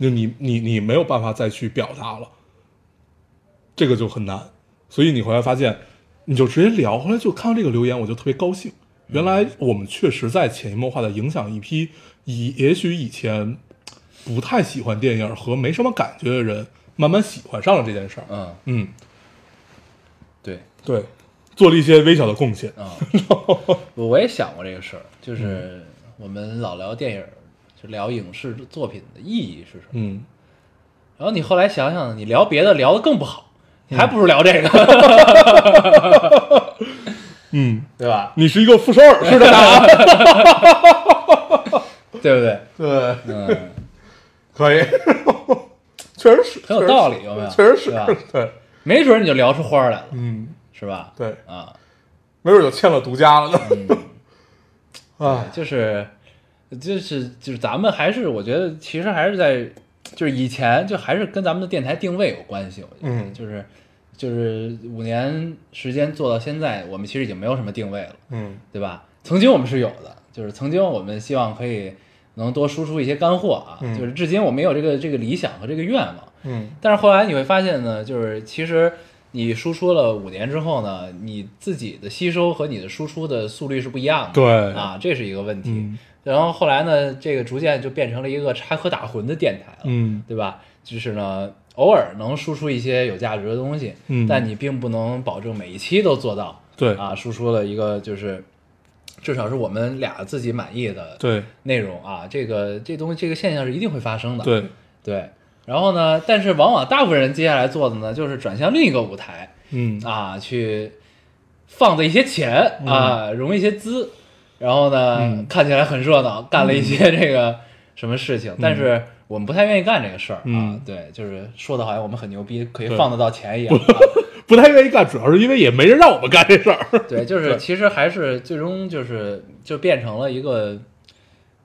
S2: 就你你你没有办法再去表达了，这个就很难。所以你回来发现，你就直接聊。后来就看到这个留言，我就特别高兴。原来我们确实在潜移默化的影响一批以也许以前不太喜欢电影和没什么感觉的人，慢慢喜欢上了这件事儿。
S1: 嗯，
S2: 嗯，
S1: 对，
S2: 对，做了一些微小的贡献。
S1: 啊、我我也想过这个事儿，就是
S2: 嗯
S1: 我们老聊电影，就聊影视作品的意义是什么。
S2: 嗯，
S1: 然后你后来想想，你聊别的聊的更不好，你还不如聊这 个，
S2: 嗯，
S1: 对吧？
S2: 你是一个傅首尔式的大王。
S1: 对不 对？
S2: 对，
S1: 嗯，
S2: 可以， 确实是
S1: 很有道理，有没有？
S2: 确实是
S1: 对吧？
S2: 对，
S1: 没准你就聊出花儿来了，
S2: 嗯。
S1: 是吧？
S2: 对，
S1: 啊，嗯
S2: 没准就签了独家了呢。 啊，
S1: 就是，就是，就是咱们还是，我觉得其实还是在，就是以前就还是跟咱们的电台定位有关系。我觉得，
S2: 嗯
S1: 就是，就是五年时间做到现在，我们其实已经没有什么定位了，
S2: 嗯
S1: 对吧？曾经我们是有的，就是曾经我们希望可以能多输出一些干货啊。
S2: 嗯
S1: 就是至今我没有这个这个理想和这个愿望，
S2: 嗯
S1: 但是后来你会发现呢，就是其实你输出了五年之后呢，你自己的吸收和你的输出的速率是不一样的。
S2: 对
S1: 啊，这是一个问题。
S2: 嗯
S1: 然后后来呢，这个逐渐就变成了一个插科打诨的电台了，
S2: 嗯
S1: 对吧？就是呢，偶尔能输出一些有价值的东西，
S2: 嗯
S1: 但你并不能保证每一期都做到。
S2: 对
S1: 啊，输出了一个就是至少是我们俩自己满意的
S2: 对
S1: 内容啊，这个这东西这个现象是一定会发生的。
S2: 对
S1: 对，然后呢，但是往往大部分人接下来做的呢，就是转向另一个舞台
S2: 嗯
S1: 啊，去放的一些钱啊，融一些资，然后呢，
S2: 嗯
S1: 看起来很热闹，干了一些这个什么事情，但是我们不太愿意干这个事儿啊。
S2: 嗯
S1: 对，就是说的好像我们很牛逼，可以
S2: 对
S1: 放得到钱一样、啊。
S2: 不太愿意干，主要是因为也没人让我们干这事儿。
S1: 对，就是其实还是最终就是就变成了一个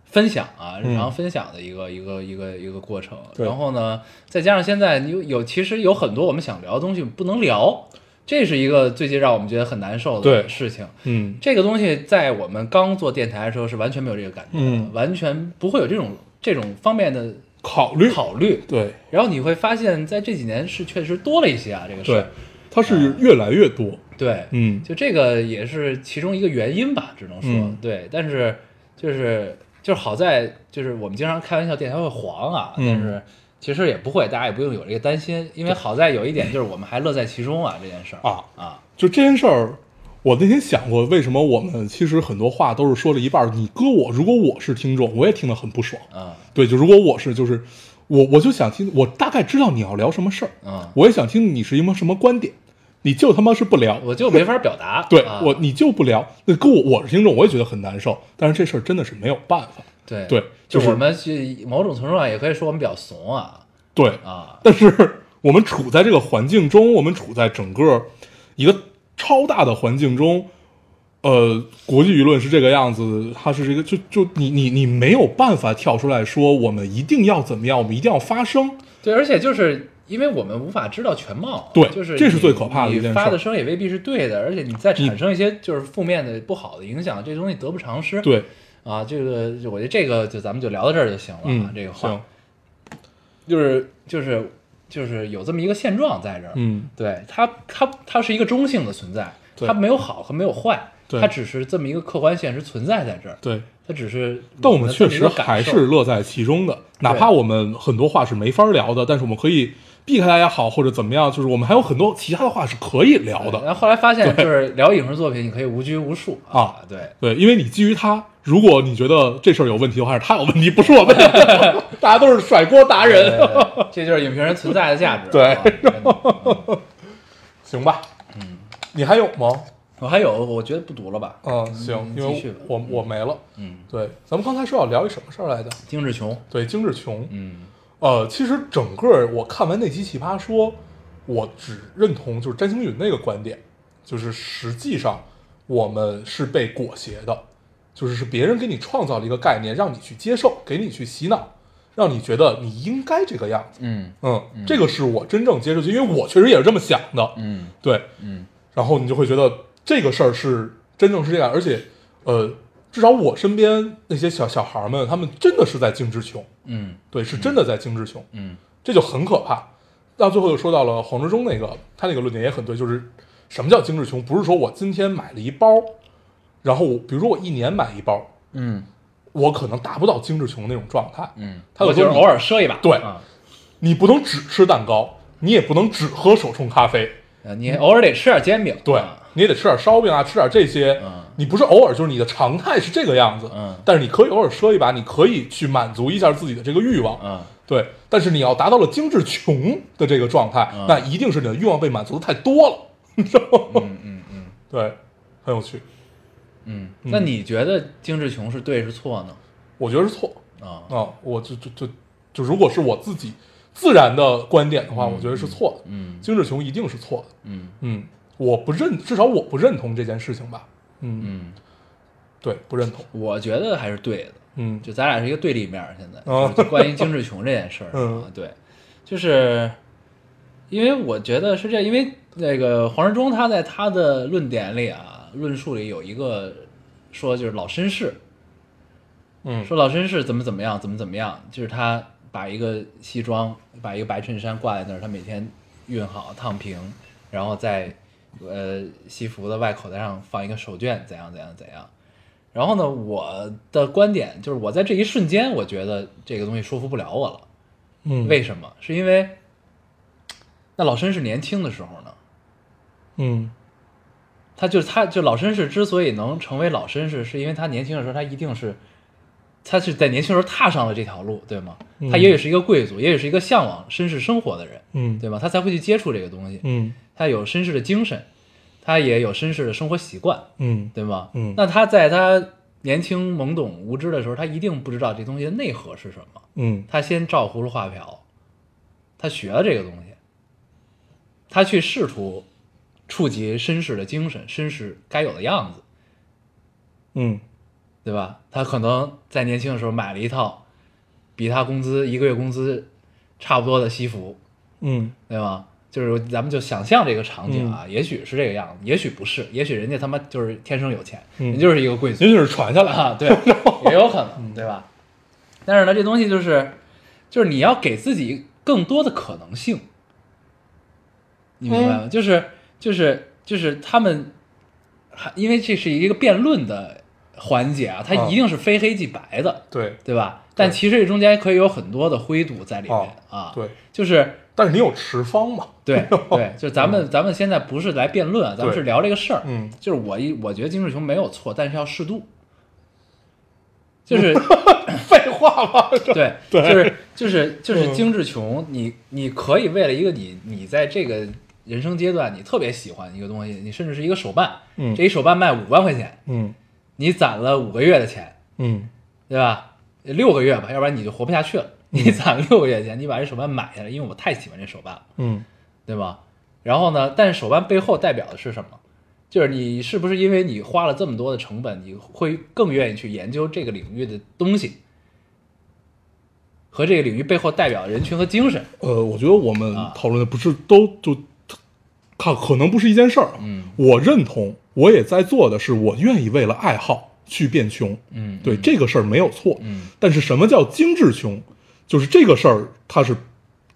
S1: 分享啊，日常分享的一个、一个一个一个过程。
S2: 嗯对
S1: 然后呢，再加上现在你有有其实有很多我们想聊的东西不能聊，这是一个最近让我们觉得很难受的
S2: 对
S1: 事情。
S2: 嗯
S1: 这个东西在我们刚做电台的时候是完全没有这个感觉的，
S2: 嗯
S1: 完全不会有这种这种方面的
S2: 考虑
S1: 考虑。
S2: 对
S1: 然后你会发现在这几年是确实多了一些啊，这个事
S2: 对
S1: 儿。，
S2: 它是越来越多。
S1: 对，
S2: 嗯
S1: 就这个也是其中一个原因吧，只能说、
S2: 嗯
S1: 对。但是就是就是好在就是我们经常开玩笑电台会黄啊，
S2: 嗯
S1: 但是其实也不会，大家也不用有这个担心，因为好在有一点就是我们还乐在其中啊这件事儿
S2: 啊，
S1: 啊，
S2: 就这件事儿，我那天想过，为什么我们其实很多话都是说了一半儿，你搁我，如果我是听众，我也听得很不爽。
S1: 嗯
S2: 对，就如果我是，就是我我就想听，我大概知道你要聊什么事儿，
S1: 嗯，
S2: 我也想听你是一个什么观点，你就他妈是不聊，
S1: 我就没法表达，
S2: 对
S1: 啊、
S2: 我你就不聊，那跟我我是听众，我也觉得很难受。但是这事儿真的是没有办法，
S1: 对
S2: 对
S1: 就
S2: 就是
S1: 我们去某种程度上也可以说我们比较怂啊
S2: 对，
S1: 啊，
S2: 但是我们处在这个环境中，我们处在整个一个超大的环境中，呃，国际舆论是这个样子，它是这个就就你你你没有办法跳出来说我们一定要怎么样，我们一定要发声，
S1: 对，而且就是。因为我们无法知道全貌，
S2: 对
S1: 就是
S2: 这是
S1: 你
S2: 最可怕的一
S1: 你
S2: 件事
S1: 发
S2: 儿
S1: 的声也未必是对的，而且你再
S2: 你
S1: 产生一些就是负面的、不好的影响，这东西得不偿失。
S2: 对，
S1: 啊，这个就我觉得这个就咱们就聊到这儿就行了啊。
S2: 嗯，
S1: 这个
S2: 行
S1: 话，就是就是就是有这么一个现状在这儿，
S2: 嗯，
S1: 对它它它是一个中性的存在，
S2: 对
S1: 它没有好和没有坏，
S2: 对
S1: 它只是这么一个客观现实存在在这儿，
S2: 对。
S1: 它只是
S2: 但我
S1: 们
S2: 们
S1: 的这么
S2: 确
S1: 一
S2: 实
S1: 个感
S2: 还
S1: 受
S2: 是乐在其中的，哪怕我们很多话是没法聊的，但是我们可以避开它也好，或者怎么样，就是我们还有很多其他的话是可以聊
S1: 对
S2: 的。
S1: 然后后来发现就是聊影视作品，你可以无拘无束啊
S2: 啊，
S1: 对。
S2: 对，因为你基于它，如果你觉得这事儿有问题的话，是他有问题，不 是我们，大家都是甩锅达
S1: 对
S2: 人，
S1: 对对呃这就是影评人存在的价 值。
S2: 对
S1: 啊真的嗯
S2: 行吧？嗯，你还有吗？
S1: 我还有，我觉得不读了吧。
S2: 嗯，行，因
S1: 嗯继续
S2: 为
S1: 吧
S2: 我我没了。
S1: 嗯，
S2: 对，咱们刚才说要聊一什么事儿来着？
S1: 精致穷，
S2: 对，精致穷。
S1: 嗯
S2: 呃，其实整个我看完那期《奇葩说》，我只认同就是詹星云那个观点，就是实际上我们是被裹挟的，就是是别人给你创造了一个概念，让你去接受，给你去洗脑，让你觉得你应该这个样子。
S1: 嗯
S2: 嗯，这个是我真正接受，因为我确实也是这么想的。
S1: 嗯
S2: 对，
S1: 嗯，
S2: 然后你就会觉得这个事儿是真正是这样，而且，呃，至少我身边那些小小孩儿们，他们真的是在精致穷，
S1: 嗯
S2: 对，是真的在精致穷。
S1: 嗯
S2: 这就很可怕。到最后又说到了黄志忠那个，他那个论点也很对，就是什么叫精致穷？不是说我今天买了一包，然后我比如说我一年买一包，
S1: 嗯
S2: 我可能达不到精致穷那种状态。
S1: 嗯，
S2: 他
S1: 我
S2: 有
S1: 就
S2: 时
S1: 是
S2: 候
S1: 偶尔赊一把，
S2: 对
S1: 啊，
S2: 你不能只吃蛋糕，你也不能只喝手冲咖啡，
S1: 呃你偶尔得吃点煎饼，
S2: 对
S1: 啊，
S2: 你也得吃点烧饼啊，吃点这些
S1: 嗯。
S2: 你不是偶尔就是你的常态是这个样子
S1: 嗯，
S2: 但是你可以偶尔赊一把，你可以去满足一下自己的这个欲望。
S1: 啊，
S2: 对，但是你要达到了精致穷的这个状态，
S1: 嗯
S2: 那一定是你的欲望被满足的太多了，你知道吗？
S1: 嗯嗯嗯
S2: 对，很有趣，
S1: 嗯，那你觉得精致穷是对是错呢？
S2: 我觉得是错
S1: 啊，
S2: 啊，我就就就就如果是我自己自然的观点的话，我觉得是错的，
S1: 嗯
S2: 精致穷一定是错的，
S1: 嗯
S2: 嗯，我不认，至少我不认同这件事情吧，嗯，
S1: 嗯，
S2: 对，不认同，
S1: 我觉得还是对的，
S2: 嗯，
S1: 就咱俩是一个对立面儿，现在
S2: 哦，
S1: 就是关于精致穷这件事儿
S2: 嗯
S1: 啊，对，就是因为我觉得是这样，因为那个黄志忠他在他的论点里啊，论述里有一个说就是老绅士，
S2: 嗯
S1: 说老绅士怎么怎么样，怎么怎么样，就是他把一个西装，把一个白衬衫挂在那儿，他每天熨好烫平，然后在呃西服的外口袋上放一个手绢，怎样怎样怎样。然后呢，我的观点就是，我在这一瞬间，我觉得这个东西说服不了我了。
S2: 嗯，
S1: 为什么？是因为那老绅士年轻的时候呢，
S2: 嗯
S1: 他就是他就老绅士之所以能成为老绅士，是因为他年轻的时候他一定是他是在年轻时候踏上了这条路，对吗？
S2: 嗯
S1: 他也许是一个贵族，也许是一个向往绅士生活的人，
S2: 嗯
S1: 对吗？他才会去接触这个东西，
S2: 嗯
S1: 他有绅士的精神，他也有绅士的生活习惯，
S2: 嗯
S1: 对吗？
S2: 嗯
S1: 那他在他年轻懵懂无知的时候，他一定不知道这东西的内核是什么，
S2: 嗯
S1: 他先照葫芦画瓢，他学了这个东西，他去试图触及绅士的精神，绅士该有的样子，
S2: 嗯
S1: 对吧？他可能在年轻的时候买了一套比他工资一个月工资差不多的西服，
S2: 嗯
S1: 对吗？就是咱们就想象这个场景啊，也许是这个样子，也许不是，也许人家他妈就是天生有钱，
S2: 嗯
S1: 人就是一个贵族
S2: 也许是传下来
S1: 啊， 对，也有 可
S2: 嗯
S1: 能，对吧？但是呢，这东西就是就是你要给自己更多的可能性，你明白
S2: 哎
S1: 吗？就是就是就是他们还因为这是一个辩论的环节啊，它
S2: 啊
S1: 一定是非黑即白的，
S2: 对哦
S1: 对吧？但其实这中间可以有很多的灰度在里面啊，
S2: 对，
S1: 就是
S2: 但是你有持方嘛？
S1: 对 对，就是咱们咱们现在不是来辩论啊，咱们
S2: 对
S1: 是聊这个事儿。
S2: 嗯，
S1: 就是我一我觉得金志雄没有错，但是要适度。就是
S2: 废话嘛，这
S1: 对，
S2: 对
S1: 就是就是就是
S2: 嗯
S1: 精致穷，你你可以为了一个你你在这个人生阶段，你特别喜欢一个东西，你甚至是一个手办，
S2: 嗯
S1: 这一手办卖五万块钱，
S2: 嗯
S1: 你攒了五个月的钱，
S2: 嗯
S1: 对吧？六个月吧，要不然你就活不下去了。
S2: 嗯
S1: 你攒了六个月钱，你把这手办买下来，因为我太喜欢这手办了，
S2: 嗯
S1: 对吧？然后呢，但是手办背后代表的是什么？就是你是不是因为你花了这么多的成本，你会更愿意去研究这个领域的东西，和这个领域背后代表的人群和精神？
S2: 呃，我觉得我们
S1: 啊
S2: 讨论的不是都就看可能不是一件事儿。啊
S1: 嗯，
S2: 我认同，我也在做的是，我愿意为了爱好去变穷。
S1: 嗯
S2: 对这个事儿没有错。
S1: 嗯，
S2: 但是什么叫精致穷？就是这个事儿，它是。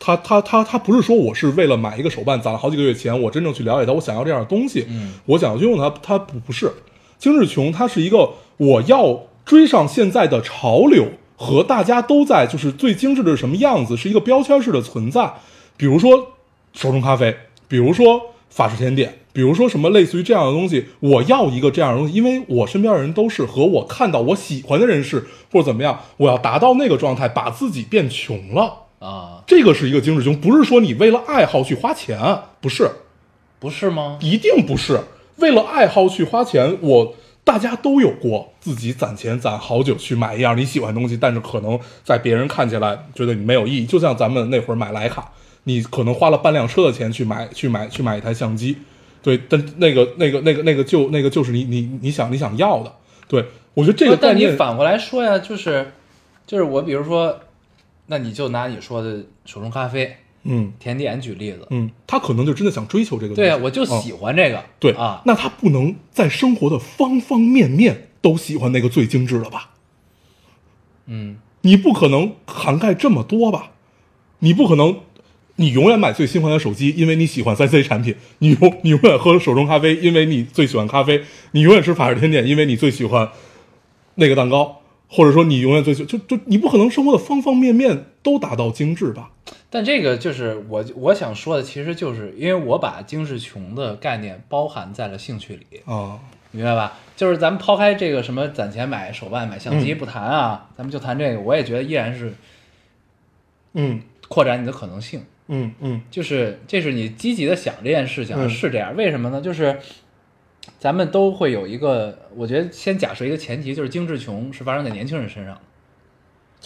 S2: 他他他他不是说我是为了买一个手办攒了好几个月钱，我真正去了解它，我想要这样的东西，
S1: 嗯
S2: 我想要去用它，它不不是精致穷，它是一个我要追上现在的潮流和大家都在就是最精致的是什么样子，是一个标签式的存在。比如说手冲咖啡，比如说法式甜点，比如说什么类似于这样的东西，我要一个这样的东西，因为我身边的人都是和我看到我喜欢的人是或者怎么样，我要达到那个状态，把自己变穷了。
S1: 啊，
S2: 这个是一个精致穷，不是说你为了爱好去花钱，啊不是，
S1: 不是吗？
S2: 一定不是为了爱好去花钱。我大家都有过自己攒钱攒好久去买一样你喜欢的东西，但是可能在别人看起来觉得你没有意义。就像咱们那会儿买徕卡，你可能花了半辆车的钱去买去买去买一台相机，对，但那个那个那个那个就那个就是你你你想你想要的。对我觉得这个
S1: 不是
S2: 概
S1: 但你
S2: 念，
S1: 反过来说呀，就是就是我比如说，那你就拿你说的手冲咖啡、
S2: 嗯
S1: 甜点举例子，
S2: 嗯，他可能就真的想追求这个东西。
S1: 对啊，我就
S2: 嗯
S1: 喜欢这个，
S2: 对
S1: 啊，
S2: 那他不能在生活的方方面面都喜欢那个最精致的吧？
S1: 嗯，
S2: 你不可能涵盖这么多吧？你不可能，你永远买最新款的手机，因为你喜欢三 C 产品；你永 你永远喝手冲咖啡，因为你最喜欢咖啡；你永远吃法式甜点，因为你最喜欢那个蛋糕。或者说你永远最喜就就你不可能生活的方方面面都达到精致吧？
S1: 但这个就是我我想说的，其实就是因为我把精致穷的概念包含在了兴趣里，
S2: 啊，
S1: 明白吧？就是咱们抛开这个什么攒钱买手办、买相机不谈啊，咱们就谈这个，我也觉得依然是
S2: 嗯
S1: 扩展你的可能性，
S2: 嗯嗯
S1: 就是这是你积极的想这件事情、啊
S2: 嗯
S1: 是这样，为什么呢？就是咱们都会有一个，我觉得先假设一个前提，就是精致穷是发生在年轻人身上的。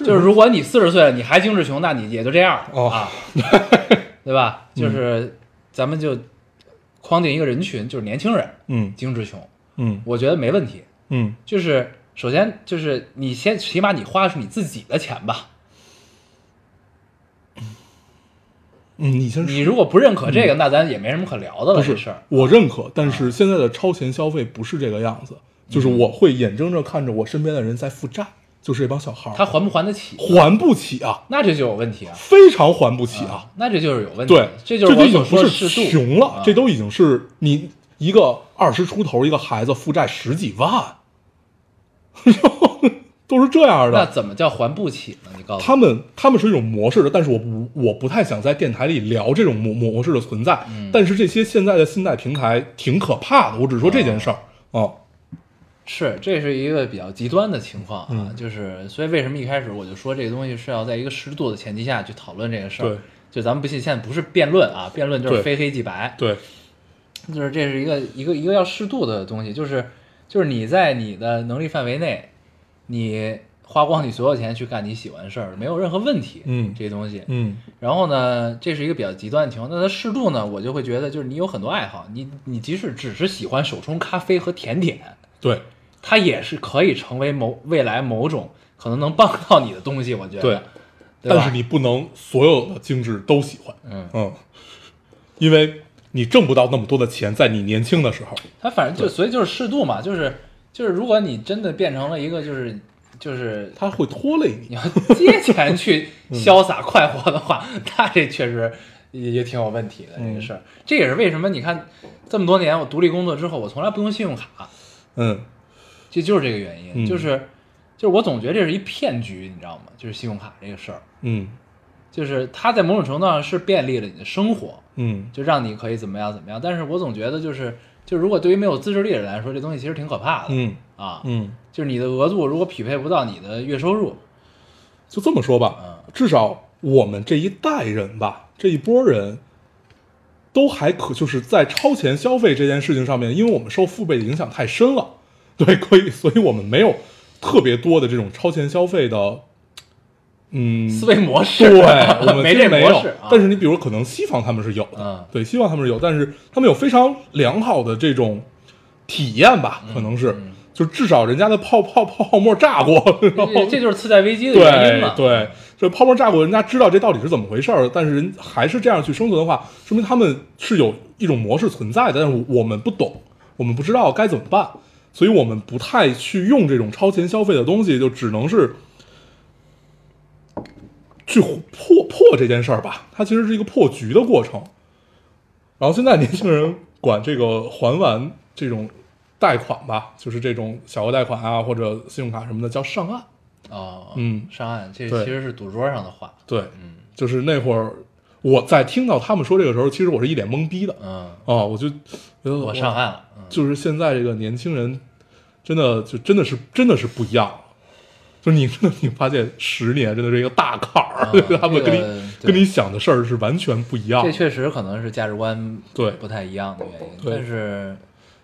S1: 就是如果你四十岁了，你还精致穷，那你也就这样了、
S2: 哦 嗯
S1: 啊，对吧？就是咱们就框定一个人群，就是年轻人
S2: 嗯
S1: 精致穷，
S2: 嗯
S1: 我觉得没问题。
S2: 嗯
S1: 就是首先就是你先起码你花的是你自己的钱 吧。
S2: 嗯，你先说。
S1: 你如果不认可这个，那咱也没什么可聊的了。
S2: 嗯不
S1: 这
S2: 是
S1: 事儿，啊
S2: 我认可，但是现
S1: 嗯
S2: 在的超前消费不是这个样子，就是我会眼睁睁看着我身边的人在负债，就是这帮小孩儿，
S1: 他还不还得起？
S2: 还不起啊，
S1: 那这就有问题啊！
S2: 非常还不起 啊。
S1: 那这就是有问题。
S2: 对，
S1: 这
S2: 就
S1: 就是我
S2: 已经
S1: 所
S2: 不
S1: 说的
S2: 是
S1: 适度。
S2: 穷了，
S1: 啊
S2: 这都已经是你一个二十出头一个孩子负债十几万， 都是这样
S1: 那
S2: 的。
S1: 怎么叫还不起呢？你告诉
S2: 他
S1: 我，
S2: 们他们是一种模式的，但是我不我不太想在电台里聊这种模模式的存在。
S1: 嗯
S2: 但是这些现在的信贷平台挺可怕的，我只说这件事儿
S1: 哦
S2: 啊。
S1: 是这是一个比较极端的情况啊，
S2: 嗯
S1: 就是所以为什么一开始我就说这个东西是要在一个适度的前提下去讨论这个事儿。
S2: 对，
S1: 就咱们不信，现在不是辩论啊，辩论就是
S2: 对
S1: 非黑即白。
S2: 对，
S1: 就是这是一个一个一个要适度的东西，就是就是你在你的能力范围内，你花光你所有钱去干你喜欢的事儿，没有任何问题。
S2: 嗯
S1: 这些东西。
S2: 嗯，
S1: 然后呢，这是一个比较极端的情况。那它适度呢，我就会觉得就是你有很多爱好，你你即使只是喜欢手冲咖啡和甜点，
S2: 对
S1: 它也是可以成为某未来某种可能能帮到你的东西。我觉得，
S2: 对
S1: 对，吧
S2: 但是你不能所有的精致都喜欢，
S1: 嗯
S2: 嗯，因为你挣不到那么多的钱，在你年轻的时候。
S1: 他反正就所以就是适度嘛，就是就是如果你真的变成了一个就是就是
S2: 他会拖累
S1: 你
S2: 你。
S1: 要借钱 去嗯潇洒快活的话，那这确实也也挺有问题的这个事儿。这也是为什么你看这么多年我独立工作之后，我从来不用信用卡，
S2: 嗯，
S1: 这就是这个原因，
S2: 嗯
S1: 就是就是我总觉得这是一骗局，你知道吗？就是信用卡这个事儿，
S2: 嗯
S1: 就是它在某种程度上是便利了你的生活，
S2: 嗯，
S1: 就让你可以怎么样怎么样。但是我总觉得就是就如果对于没有自制力的人来说，这东西其实挺可怕的，
S2: 嗯
S1: 啊，
S2: 嗯，
S1: 就是你的额度如果匹配不到你的月收入，
S2: 就这么
S1: 嗯
S2: 说吧，至少我们这一代人吧，这一波人，都还可就是在超前消费这件事情上面，因为我们受父辈的影响太深了， 对，可以，所以我们没有特别多的这种超前消费的，嗯，
S1: 思维模式，
S2: 对，我们
S1: 没
S2: 其
S1: 这
S2: 实没
S1: 模
S2: 有
S1: 式啊。
S2: 但是你比如可能西方他们是有的，
S1: 嗯
S2: 对，西方他们是有，但是他们有非常良好的这种体验吧，可能是，
S1: 嗯
S2: 就至少人家的泡泡泡泡沫炸过，然后
S1: 这这就是次贷危机的原因
S2: 对
S1: 嘛。
S2: 对，这泡沫炸过，人家知道这到底是怎么回事儿，但是人还是这样去生存的话，说明他们是有一种模式存在的，但是我们不懂，我们不知道该怎么办，所以我们不太去用这种超前消费的东西，就只能是去破破这件事儿吧。它其实是一个破局的过程。然后现在年轻人管这个还完这种贷款吧，就是这种小额贷款啊或者信用卡什么的叫上岸。
S1: 哦，
S2: 嗯
S1: 上岸这
S2: 对
S1: 其实是赌桌上的话。
S2: 对，
S1: 嗯
S2: 就是那会儿我在听到他们说这个时候，其实我是一脸懵逼的
S1: 嗯，
S2: 啊，我就觉得
S1: 我上岸 了。嗯，
S2: 就是现在这个年轻人，真的就真的是真的是不一样了。就是你真的你发现十年真的是一个大坎儿，
S1: 嗯
S2: 他们跟你、
S1: 这个对
S2: 跟你想的事儿是完全不一样
S1: 这
S2: 的。
S1: 确实可能是价值观
S2: 对
S1: 不太一样的原因，
S2: 对
S1: 但是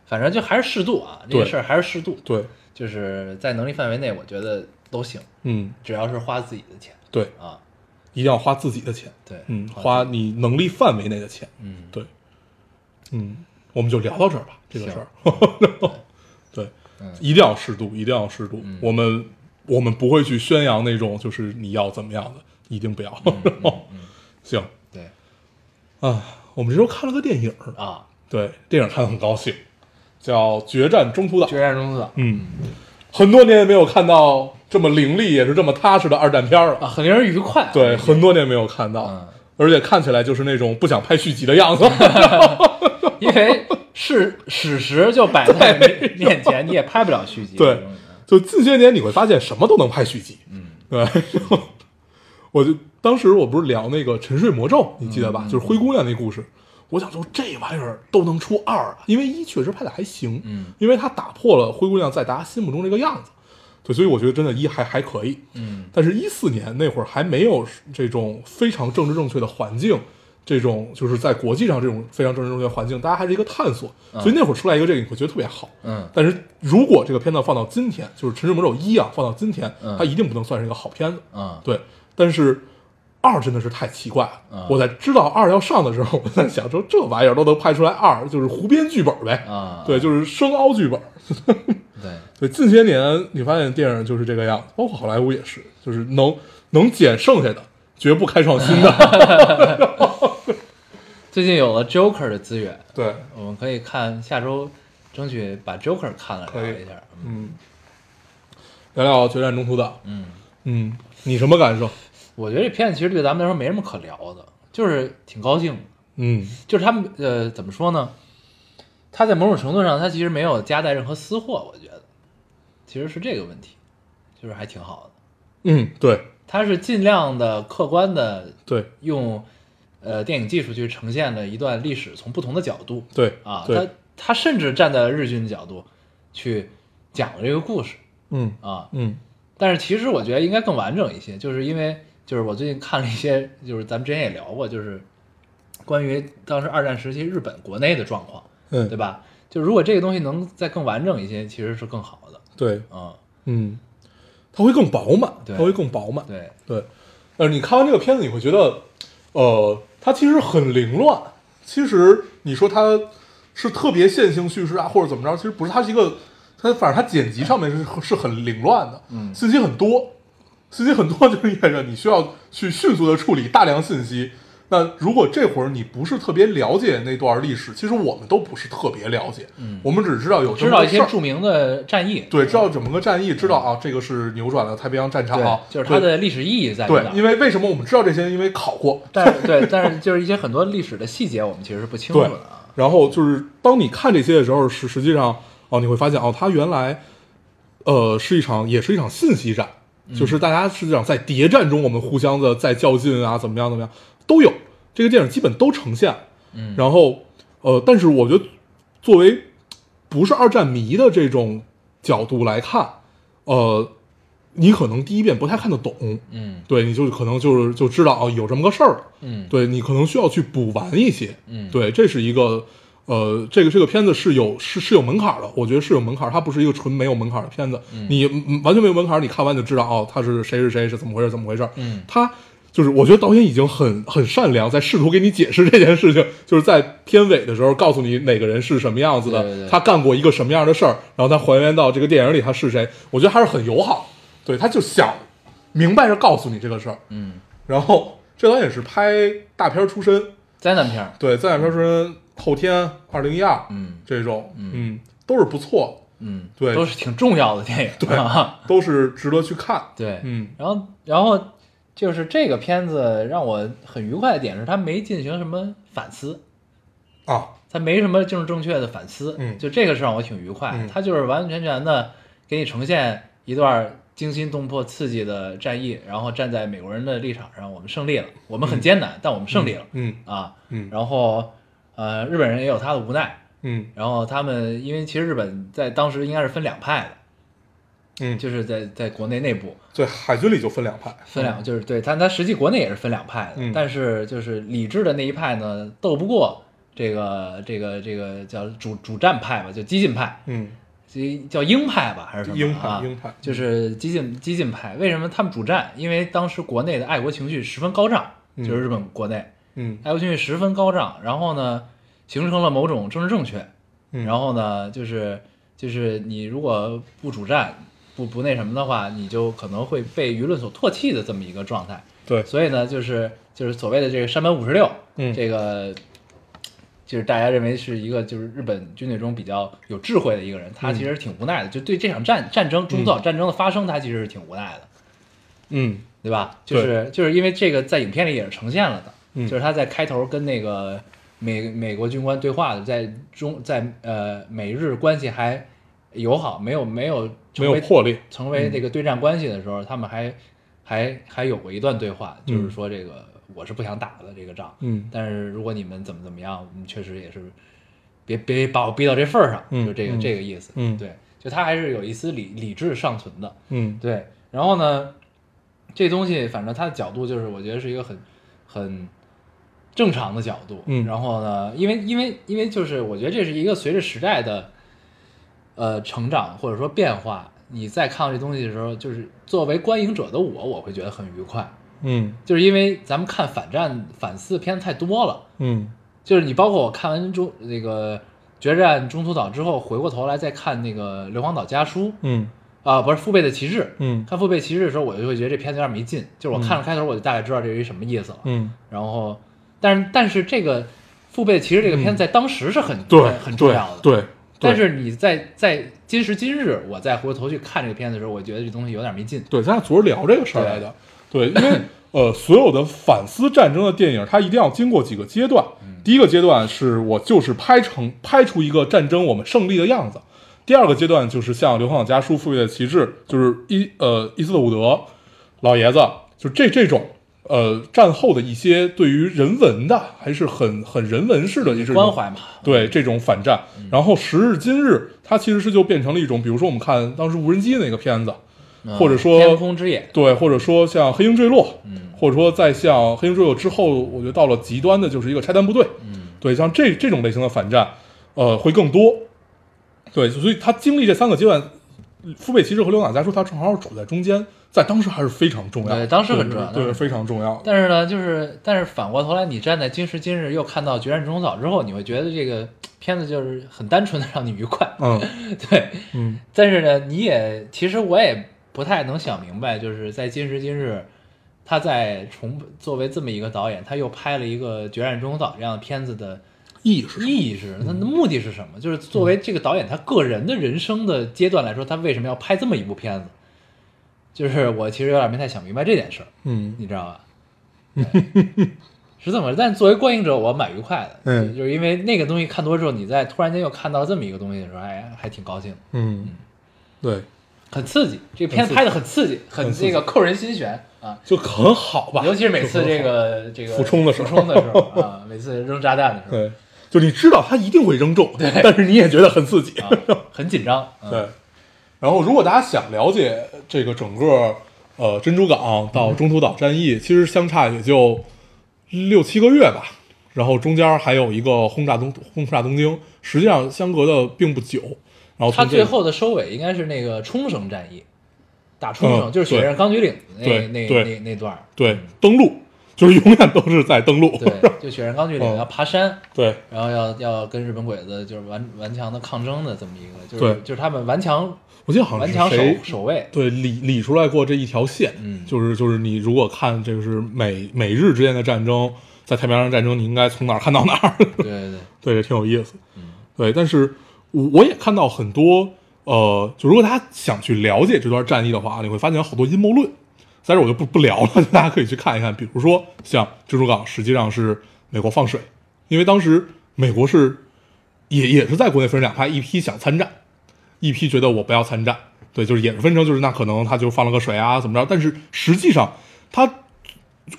S1: 反正就还是适度啊，这
S2: 对
S1: 个事儿还是适度，
S2: 对，
S1: 就是在能力范围内，我觉得都行，
S2: 嗯，
S1: 只要是花自己的钱
S2: 对，
S1: 啊。
S2: 一定要花自己的钱，
S1: 对，
S2: 嗯，花
S1: 花
S2: 你能力范围内的钱，
S1: 嗯，
S2: 对，嗯，我们就聊到这儿吧，这个事儿。 对，
S1: 嗯
S2: 一定要适度，一定要适度。我们我们不会去宣扬那种就是你要怎么样的，一定不要。
S1: 嗯
S2: 然后 行
S1: 对
S2: 啊，我们这周看了个电影儿，
S1: 啊，
S2: 对，电影看得很高兴，叫《决战中途岛》。
S1: 决战中途岛
S2: 嗯，很多年也没有看到这么凌厉也是这么踏实的二战片儿了。
S1: 啊，很令人愉快啊。
S2: 对，很多年没有看到
S1: 嗯，
S2: 而且看起来就是那种不想拍续集 的样子。
S1: 因为事事实就摆在你面前，你也拍不了续集。
S2: 对，就近些年你会发现什么都能拍续集，嗯， 对。然后我就当时我不是聊那个《沉睡魔咒》，你记得吧？就是灰姑娘那故事。我想说这玩意儿都能出二啊，因为一确实拍的还行，
S1: 嗯，
S2: 因为它打破了灰姑娘在大家心目中这个样子，对，所以我觉得真的一还还可以，
S1: 嗯，
S2: 但是，一四年那会儿还没有这种非常政治正确的环境，这种就是在国际上这种非常政治正确的环境，大家还是一个探索，所以那会儿出来一个这个，你会觉得特别好。
S1: 嗯
S2: 但是如果这个片子放到今天，就是《陈世魔手一》啊，放到今天，
S1: 嗯
S2: 它一定不能算是一个好片子。
S1: 嗯，
S2: 对，但是二真的是太奇怪了。
S1: 嗯
S2: 我在知道二要上的时候，我在想说这玩意儿都能拍出来二，就是胡编剧本呗。
S1: 啊
S2: 对，就是生凹剧本。
S1: 对，
S2: 对，近些年你发现电影就是这个样子，包括好莱坞也是，就是能能捡剩下的，绝不开创新的。
S1: 最近有了 Joker 的资源，
S2: 对，
S1: 我们可以看下周争取把嗯 Joker 看了
S2: 可以
S1: 聊一下。
S2: 嗯。聊聊《决战中途岛》。嗯嗯，你什么感受？
S1: 我觉得这片子其实对咱们来说没什么可聊的，就是挺高兴的。
S2: 嗯
S1: 就是他们呃，怎么说呢？他在某种程度上，他其实没有夹带任何私货，我觉得其实是这个问题，就是还挺好的。
S2: 嗯，对
S1: 他是尽量的客观的
S2: 对
S1: 用呃电影技术去呈现了一段历史，从不同的角度
S2: 对
S1: 啊，他
S2: 对，
S1: 他甚至站在日军的角度去讲了这个故事
S2: 嗯
S1: 啊。
S2: 嗯
S1: 但是其实我觉得应该更完整一些，就是因为就是我最近看了一些，就是咱们之前也聊过，就是关于当时二战时期日本国内的状况，
S2: 嗯，
S1: 对吧？就如果这个东西能再更完整一些，其实是更好的。
S2: 对，
S1: 嗯，
S2: 嗯，它会更饱满，它
S1: 对
S2: 会更饱满。
S1: 对，
S2: 对，呃，你看完这个片子，你会觉得，呃，它其实很凌乱。其实你说它是特别线性叙事啊，或者怎么着，其实不是，它是一个，它反正它剪辑上面是是很凌乱的，
S1: 嗯
S2: 信息很多，信息很多就是意味着你需要去迅速的处理大量信息。那如果这会儿你不是特别了解那段历史，其实我们都不是特别了解，
S1: 嗯
S2: 我们只知道有这
S1: 知
S2: 么
S1: 道
S2: 个
S1: 一
S2: 事
S1: 些
S2: 儿，
S1: 著名的战役，
S2: 对，知道整个战役，知道啊，这个是扭转了太平洋战场，
S1: 对，就是它
S2: 对
S1: 的历史意义在于
S2: 对
S1: 哪，儿
S2: 因。为为什么我们知道这些？因为考过。
S1: 但是对，但是就是一些很多历史的细节，我们其实是不清楚
S2: 对
S1: 的啊。，
S2: 然后就是当你看这些的时候，是实际上哦，你会发现哦，它原来呃是一场，也是一场信息战，就是大家实际上在谍战中，我们互相的在较劲啊，怎么样怎么样都有。这个电影基本都呈现。
S1: 嗯
S2: 然后呃，但是我觉得作为不是二战迷的这种角度来看，呃，你可能第一遍不太看得懂。
S1: 嗯
S2: 对，你就可能就是就知道哦，有这么个事儿了。
S1: 嗯，
S2: 对你可能需要去补完一些。
S1: 嗯
S2: 对，这是一个呃，这个这个片子是有是是有门槛儿的，我觉得是有门槛儿，它不是一个纯没有门槛儿的片子。你嗯完全没有门槛儿，你看完就知道哦，他是谁是谁是怎么回事怎么回事。
S1: 嗯
S2: 他就是我觉得导演已经很很善良，在试图给你解释这件事情，就是在片尾的时候告诉你哪个人是什么样子的，
S1: 对对对
S2: 他干过一个什么样的事儿，然后他还原到这个电影里他是谁，我觉得还是很友好。对，他就想明白着告诉你这个事儿，
S1: 嗯，
S2: 然后这导演是拍大片儿出身，
S1: 灾难片儿，
S2: 对，在片儿出身，后天二零一二，
S1: 嗯
S2: 这种，嗯，都是不错
S1: 嗯，
S2: 对
S1: 都是挺重要的电影，
S2: 对
S1: 啊
S2: 的，都是值得去看。
S1: 对，
S2: 嗯，
S1: 然后然后就是这个片子让我很愉快的点是，它没进行什么反思，
S2: 啊，
S1: 它没什么政治正确的反思，
S2: 嗯
S1: 就这个是让我挺愉快，
S2: 嗯
S1: 它就是完完全全的给你呈现一段惊心动魄、刺激的战役，然后站在美国人的立场上，我们胜利了，我们很艰难，但我们胜利了、
S2: 嗯
S1: 啊，
S2: 嗯
S1: 然后呃，日本人也有他的无奈。
S2: 嗯
S1: 然后他们，因为其实日本在当时应该是分两派的，
S2: 嗯，
S1: 就是在在国内内部
S2: 对，海军里就分两派，
S1: 分两，就是对，但他实际国内也是分两派的，
S2: 嗯
S1: 但是就是理智的那一派呢，斗不过这个这个这个叫主主战派吧，就激进派，
S2: 嗯，
S1: 激叫鹰派吧，还是什么、啊？
S2: 鹰派鹰派
S1: 就是激进激进派。为什么他们主战？因为当时国内的爱国情绪十分高涨，
S2: 嗯
S1: 就是日本国内
S2: 嗯
S1: 爱国情绪十分高涨，然后呢，形成了某种政治正确，
S2: 嗯，
S1: 然后呢，就是就是你如果不主战，不不那什么的话，你就可能会被舆论所唾弃的这么一个状态。
S2: 对，
S1: 所以呢，就是就是所谓的这个山本五十六，
S2: 嗯
S1: 这个就是大家认为是一个就是日本军队中比较有智慧的一个人，
S2: 嗯
S1: 他其实挺无奈的，就对这场战战争中途岛战争的发生，他其实是挺无奈的，
S2: 嗯
S1: 对吧？就是就是因为这个在影片里也是呈现了的，
S2: 嗯
S1: 就是他在开头跟那个美美国军官对话的，在中在呃美日关系还友好，没有没有
S2: 没
S1: 成
S2: 有嗯
S1: 为
S2: 魄力，
S1: 成为这个对战关系的时候，他们还还还有过一段对话，就是说这个我是不想打的这个仗，
S2: 嗯
S1: 但是如果你们怎么怎么样，我们确实也是别别把我逼到这份儿上，
S2: 嗯
S1: 就这个、
S2: 嗯
S1: 这个意思，
S2: 嗯
S1: 对，就他还是有一丝理理智尚存的，
S2: 嗯
S1: 对，然后呢，这东西反正它的角度就是我觉得是一个很很正常的角度。
S2: 嗯
S1: 然后呢，因为因为因为就是我觉得这是一个随着时代的呃成长或者说变化，你再看到这东西的时候，就是作为观影者的我，我会觉得很愉快，
S2: 嗯
S1: 就是因为咱们看反战反思片太多了，
S2: 嗯
S1: 就是你包括我看完中那个。决战中途岛之后，回过头来再看那个《硫磺岛家书》
S2: 嗯
S1: 啊、不是《父辈的旗帜》，
S2: 嗯
S1: 看《父辈骑士》的时候，我就会觉得这片子有点没劲，就是我看了开头，我就大概知道这是一什么意思了。
S2: 嗯，
S1: 然后，但是但是这个《父辈骑士》这个片子在当时是很、
S2: 嗯对，
S1: 很重要的，
S2: 对
S1: 但是你在在今时今日，我再回过头去看这个片子的时候，我觉得这东西有点没劲。
S2: 对，咱俩昨儿聊这个事儿来的。对，因为呃，所有的反思战争的电影，它一定要经过几个阶段。
S1: 嗯
S2: 第一个阶段是我就是拍成拍出一个战争我们胜利的样子。第二个阶段就是像《流放家书》《父辈的旗帜》，就是伊呃伊斯特伍德老爷子，就这这种呃战后的一些对于人文的，还是很很人文式的一种
S1: 关怀嘛，
S2: 对这种反战。
S1: 嗯
S2: 然后时至今日，它其实是就变成了一种，比如说我们看当时无人机那个片子，
S1: 嗯
S2: 或者说
S1: 天空嗯之眼，
S2: 对，或者说像黑鹰坠落，或者说在像黑鹰坠落之后，我觉得到了极端的就是一个拆弹部队，
S1: 嗯
S2: 对，像这这种类型的反战，呃，会更多。对，所以他经历这三个阶段，父辈骑士和刘朗家说他正好处在中间，在当时还是非常重要，
S1: 对当时很重要
S2: 对，
S1: 当
S2: 对
S1: 时
S2: 非常重要。
S1: 但是呢，就是但是反过头来，你站在今时今日又看到《决战中草》之后，你会觉得这个片子就是很单纯的让你愉快，
S2: 嗯
S1: 对。
S2: 嗯，
S1: 但是呢，你也其实我也不太能想明白，就是在今时今日，他在重作为这么一个导演，他又拍了一个《决战中草》这样的片子的
S2: 意识
S1: 意义是什么？他嗯的目的是什么？就是作为这个导演他个人的人生的阶段来说，他为什么要拍这么一部片子？就是我其实有点没太想明白这件事儿。
S2: 嗯
S1: 你知道吧？ 对是这么回事，但作为观影者，我蛮愉快的。
S2: 嗯
S1: 就是因为那个东西看多之后，你在突然间又看到这么一个东西的时候，哎，还挺高兴，
S2: 嗯，对，
S1: 很刺激。这个片子拍的很刺激，很
S2: 很刺激
S1: 这个扣人心弦啊！
S2: 就很好吧，
S1: 尤其是每次
S2: 就很
S1: 这
S2: 好
S1: 个这个
S2: 俯冲的时候
S1: 俯冲的时候啊，每次扔炸弹的时候
S2: 对，就你知道他一定会扔中，但是你也觉得很刺激。
S1: 啊，很紧张。嗯
S2: 对，然后如果大家想了解这个整个呃珍珠港到中途岛战役，其实相差也就六七个月吧。然后中间还有一个轰炸东轰炸东京，实际上相隔的并不久。然后
S1: 他
S2: 从这
S1: 最后的收尾应该是那个冲绳战役，打冲绳
S2: 嗯
S1: 就是雪
S2: 对
S1: 山钢锯岭那
S2: 对
S1: 那
S2: 对
S1: 那那段儿
S2: 对登陆，就是永远都是在登陆。
S1: 嗯对，就雪山钢锯岭
S2: 嗯
S1: 要爬山，
S2: 对
S1: 然后要要跟日本鬼子就是顽顽强的抗争的这么一个，就是
S2: 对
S1: 就是他们顽强
S2: 我记得好
S1: 顽强
S2: 像是
S1: 守
S2: 谁
S1: 守卫，
S2: 对理理出来过这一条线，
S1: 嗯
S2: 就是就是你如果看这个是美美日之间的战争，在太平洋战争，你应该从哪儿看到哪儿，
S1: 对对对，
S2: 对，挺有意思。对，但是我我也看到很多，呃，就如果大家想去了解这段战役的话，你会发现有好多阴谋论。在这我就不不聊了， 大家可以去看一看。比如说像珍珠港，实际上是美国放水，因为当时美国是也也是在国内分成两派，一批想参战，一批觉得我不要参战。对，就是也是分成，就是那可能他就放了个水啊，怎么着？但是实际上他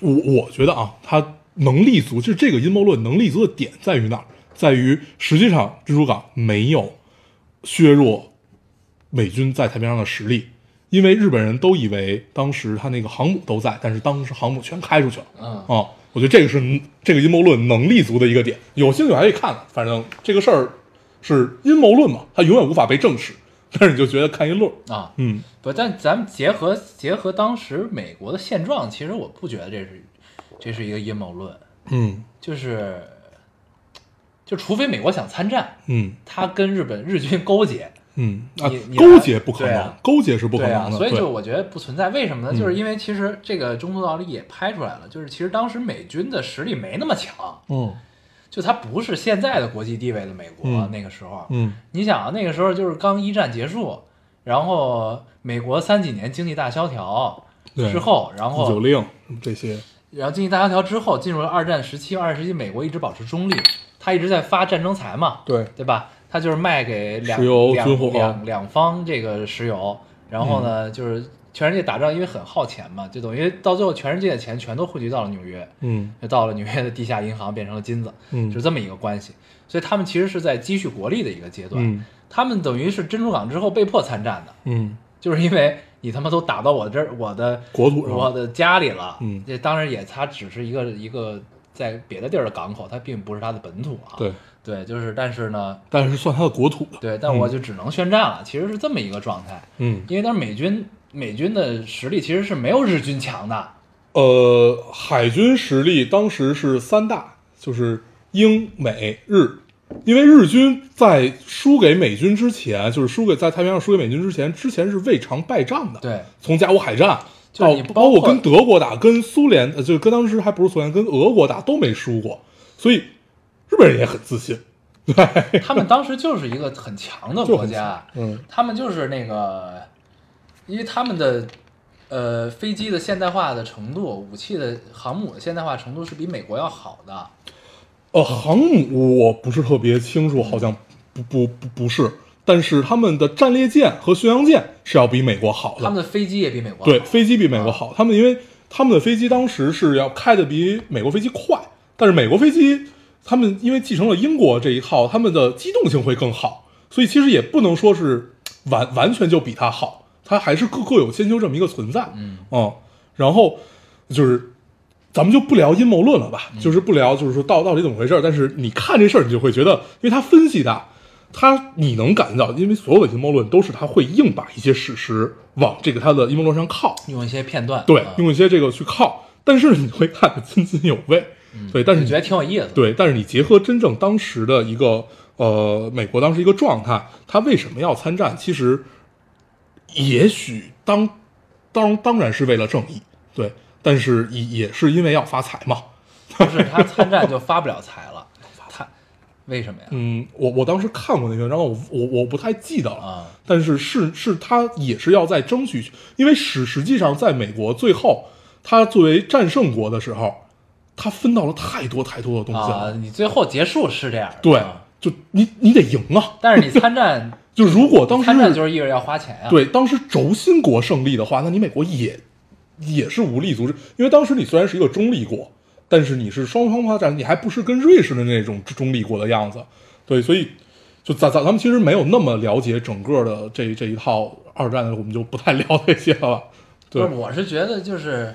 S2: 我我觉得啊，他能立足，就是这个阴谋论能立足的点在于哪儿？在于实际上珍珠港没有削弱美军在太平洋的实力，因为日本人都以为当时他那个航母都在，但是当时航母全开出去了。
S1: 嗯
S2: 啊，我觉得这个是这个阴谋论能立足的一个点，有兴趣还可以看看。反正这个事儿是阴谋论嘛，它永远无法被证实，但是你就觉得看一乐。
S1: 啊，
S2: 嗯，
S1: 不，但咱们结合结合当时美国的现状，其实我不觉得这是这是一个阴谋论，
S2: 嗯
S1: 就是就除非美国想参战，
S2: 嗯
S1: 他跟日本日军勾结，
S2: 嗯啊
S1: 你，你
S2: 勾结不可
S1: 对
S2: 能，
S1: 啊
S2: 勾结是 不可
S1: 对
S2: 能
S1: 啊，
S2: 的。
S1: 所以
S2: 对嗯
S1: 就我觉得不存在。为什么呢？就是因为其实这个中途岛里也拍出来了，就是其实当时美军的实力没那么强，
S2: 嗯
S1: 就它不是现在的国际地位的美国、
S2: 嗯
S1: 那个时候。
S2: 嗯
S1: 你想啊，那个时候就是刚一战结束，然后美国三几年经济大萧条
S2: 对
S1: 之后，然
S2: 自九
S1: 后
S2: 令这些，
S1: 然后经济大萧条之后进入了二战时期，二战时期美国一直保持中立，它一直在发战争财嘛，
S2: 对
S1: 对吧？它就是卖给两
S2: 石油军火
S1: 两
S2: 嗯
S1: 两两方这个石油，然后呢，就是全世界打仗，因为很耗钱嘛，就等于到最后全世界的钱全都汇集到了纽约，
S2: 嗯
S1: 就到了纽约的地下银行变成了金子，
S2: 嗯
S1: 是这么一个关系。所以他们其实是在积蓄国力的一个阶段，
S2: 嗯
S1: 他们等于是珍珠港之后被迫参战的，
S2: 嗯
S1: 就是因为你他妈都打到我这儿，我的
S2: 国土上
S1: 我的家里了。
S2: 嗯
S1: 这当然也它只是一个一个在别的地儿的港口，它并不是它的本土啊。
S2: 对，
S1: 对，就是但是呢，
S2: 但是算它的国土的，
S1: 对，但我就只能宣战了，其实是这么一个状态。
S2: 嗯
S1: 因为当时美军美军的实力其实是没有日军强的，
S2: 呃，海军实力当时是三大，就是英美日，因为日军在输给美军之前，就是输给在太平洋输给美军之前，之前是未尝败仗的，
S1: 对，
S2: 从甲午海战
S1: 就是
S2: 到
S1: 你包
S2: 包
S1: 括
S2: 括跟德国打、跟苏联，呃，就是跟当时还不是苏联，跟俄国打都没输过，所以日本人也很自信，
S1: 他们当时就是一个很强的
S2: 就
S1: 国
S2: 很
S1: 家，
S2: 嗯，
S1: 他们就是那个，因为他们的呃飞机的现代化的程度，武器的航母的现代化程度是比美国要好的。
S2: 呃，航母我不是特别清楚，好像不不不不是，但是他们的战列舰和巡洋舰是要比美国好
S1: 他们
S2: 的，
S1: 的飞机也比美国好嗯
S2: 对，飞机比美国好。他们因为他们的飞机当时是要开的比美国飞机快，但是美国飞机他们因为继承了英国这一套，他们的机动性会更好，所以其实也不能说是完 完全就比它好，它还是各各有千秋这么一个存在。嗯，然后就是咱们就不聊阴谋论了
S1: 嗯
S2: 吧，就是不聊，就是说到到底怎么回事儿。但是你看这事儿，你就会觉得，因为他分析的，啊他你能感觉到，因为所有的阴谋论都是他会硬把一些史实往这个他的阴谋论上靠，
S1: 用一些片段，
S2: 对
S1: 啊，
S2: 用一些这个去靠。但是你会看得津津有味，嗯对，但是
S1: 你觉得挺有意思的。
S2: 对，但是你结合真正当时的一个呃，美国当时一个状态，他为什么要参战？其实，也许当当当然是为了正义，对，但是也也是因为要发财嘛。
S1: 不是他参战就发不了财 了，他为什么呀？
S2: 嗯，我我当时看过那篇，然后我我我不太记得了，
S1: 啊
S2: 但是是是他也是要在争取，因为实实际上在美国最后，他作为战胜国的时候，他分到了太多太多的东西了，
S1: 啊，你最后结束是这样的，
S2: 对
S1: 啊，
S2: 就你你得赢啊，
S1: 但是你参战，
S2: 就如果 当时
S1: 参战就是意味着要花钱呀。，啊
S2: 对当时轴心国胜利的话，那你美国也也是无力阻止，因为当时你虽然是一个中立国，但是你是双方发展，你还不是跟瑞士的那种中立国的样子。对，所以就咱咱咱们其实没有那么了解整个的这这一套二战的，我们就不太聊这些了吧。
S1: 不
S2: 对
S1: 是，我是觉得就是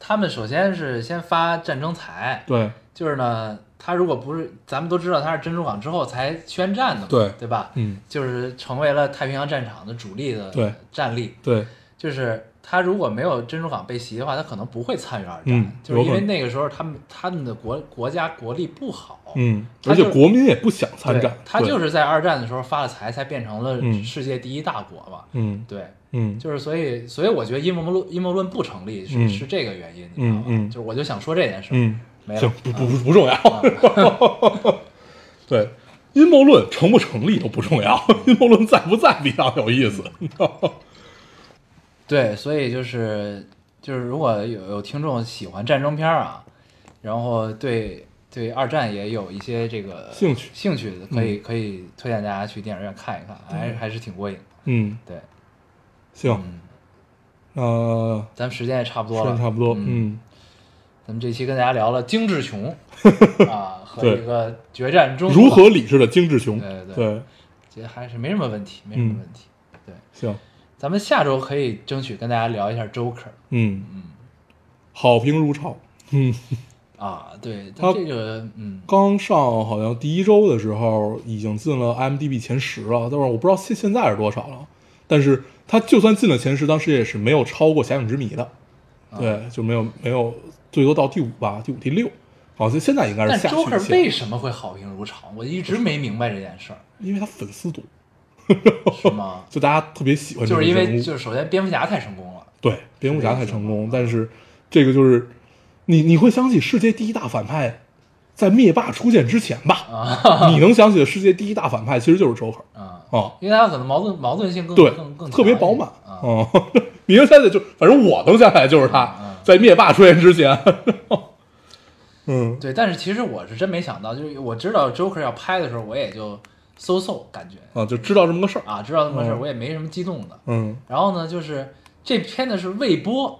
S1: 他们首先是先发战争财，
S2: 对
S1: 就是呢，他如果不是咱们都知道他是珍珠港之后才宣战的嘛，
S2: 对
S1: 对吧？
S2: 嗯，
S1: 就是成为了太平洋战场的主力的
S2: 对
S1: 战力，
S2: 对
S1: 就是他如果没有珍珠港被袭的话，他可能不会参与二战，
S2: 嗯
S1: 就是因
S2: 有可
S1: 为
S2: 能
S1: 那个时候他们他们的国国家国力不好，
S2: 嗯，
S1: 他
S2: 而且
S1: 就
S2: 国民也不想
S1: 对，
S2: 参战，
S1: 他就
S2: 对
S1: 是在二战的时候发了财，才变成了
S2: 嗯
S1: 世界第一大国嘛，
S2: 嗯
S1: 对。
S2: 嗯
S1: 就是所以，所以我觉得阴谋论阴谋论不成立是、
S2: 嗯
S1: 是这个原因，你知道吗？
S2: 嗯嗯
S1: 就是我就想说这件事儿，
S2: 嗯，
S1: 没了
S2: 行，不不不不重要。
S1: 啊
S2: 对，阴谋论成不成立都不重要，阴谋论在不在比较有意思。
S1: 对，所以就是就是，如果有有听众喜欢战争片儿啊，然后对对二战也有一些这个
S2: 兴趣嗯
S1: 兴趣的，可以、可以推荐大家去电影院看一看，还是还是挺过瘾的。
S2: 嗯，
S1: 对，
S2: 行，
S1: 嗯，
S2: 呃，
S1: 咱们时间也嗯差不
S2: 时
S1: 多了，
S2: 间差不多，
S1: 嗯，
S2: 嗯，
S1: 咱们这期跟大家聊了精致穷 啊和
S2: 对
S1: 一个决战中
S2: 如何理智的精致穷？
S1: 对对对
S2: 对，
S1: 这还是没什么问题，没什么
S2: 嗯
S1: 问题。对，
S2: 行，
S1: 咱们下周可以争取跟大家聊一下 Joker
S2: 嗯好评如潮。嗯，
S1: 啊，对，
S2: 他
S1: 但这个嗯，
S2: 刚上好像第一周的时候已经进了 IMDB 前十了，但是我不知道现现在是多少了。但是他就算进了前十，当时也是没有超过《侠影之谜》的，
S1: 啊
S2: 对，就没有没有，最多到第五吧，第五第六，好像现在应该
S1: 但
S2: 是下去一
S1: Joker
S2: 些
S1: 为什么会好评如潮？我一直没明白这件事 儿，
S2: 因为他粉丝多，？
S1: 是吗
S2: 就大家特别喜欢这
S1: 就
S2: 个
S1: 是
S2: 人
S1: 因
S2: 物，
S1: 为就是首先蝙蝠侠太成功了，
S2: 对蝙蝠侠
S1: 是这
S2: 太
S1: 意思
S2: 成
S1: 吗
S2: 功，但是这个就是你你会想起世界第一大反派在灭霸出现之前吧？你能想起的世界第一大反派其实就是 Joker
S1: 啊，
S2: 啊，
S1: 因为他可能矛盾矛盾性更
S2: 对
S1: 更更，
S2: 特别饱满
S1: 强一点啊。
S2: 啊。你能想起就反正我能想起来就是
S1: 嗯
S2: 他在灭霸出现之前，嗯
S1: 对，但是其实我是真没想到，就是我知道 Joker 要拍的时候，我也就 so so 感觉
S2: 啊就知道这么个事儿，
S1: 啊，知道那么回事儿，
S2: 嗯
S1: 我也没什么激动的。
S2: 嗯
S1: 然后呢，就是这片子是未播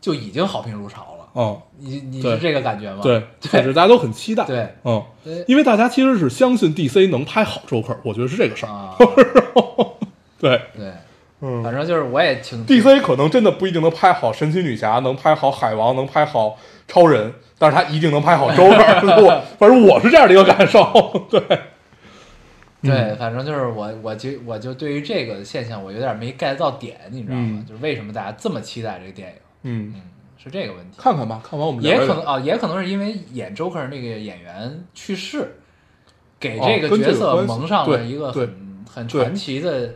S1: 就已经好评如潮了，
S2: 哦，
S1: 你你
S2: 对
S1: 是这个感觉吗？
S2: 对，
S1: 对
S2: 就是大家都很期待，
S1: 对，
S2: 嗯
S1: 对，
S2: 因为大家其实是相信 DC 能拍好 Joker，我觉得是这个事儿，
S1: 啊，
S2: 对。
S1: 对，
S2: 嗯
S1: 反正就是我也挺
S2: DC 可能真的不一定能拍好神奇女侠，能拍好海王，能拍好超人，但是他一定能拍好 Joker 我反正我是这样的一个感受。 对，
S1: 对，反正就是我我就我就对于这个现象我有点没 get 到点，你知道吗？
S2: 嗯
S1: 就是为什么大家这么期待这个电影，
S2: 嗯，
S1: 嗯，是这个问题。
S2: 看看吧，看完我们
S1: 也
S2: 聊一
S1: 可
S2: 聊
S1: 能啊，也可能是因为演 Joker 那个演员去世，给
S2: 哦
S1: 这
S2: 跟这
S1: 角
S2: 个
S1: 色
S2: 关系
S1: 蒙上了
S2: 对
S1: 一个
S2: 对
S1: 很很
S2: 对
S1: 传奇的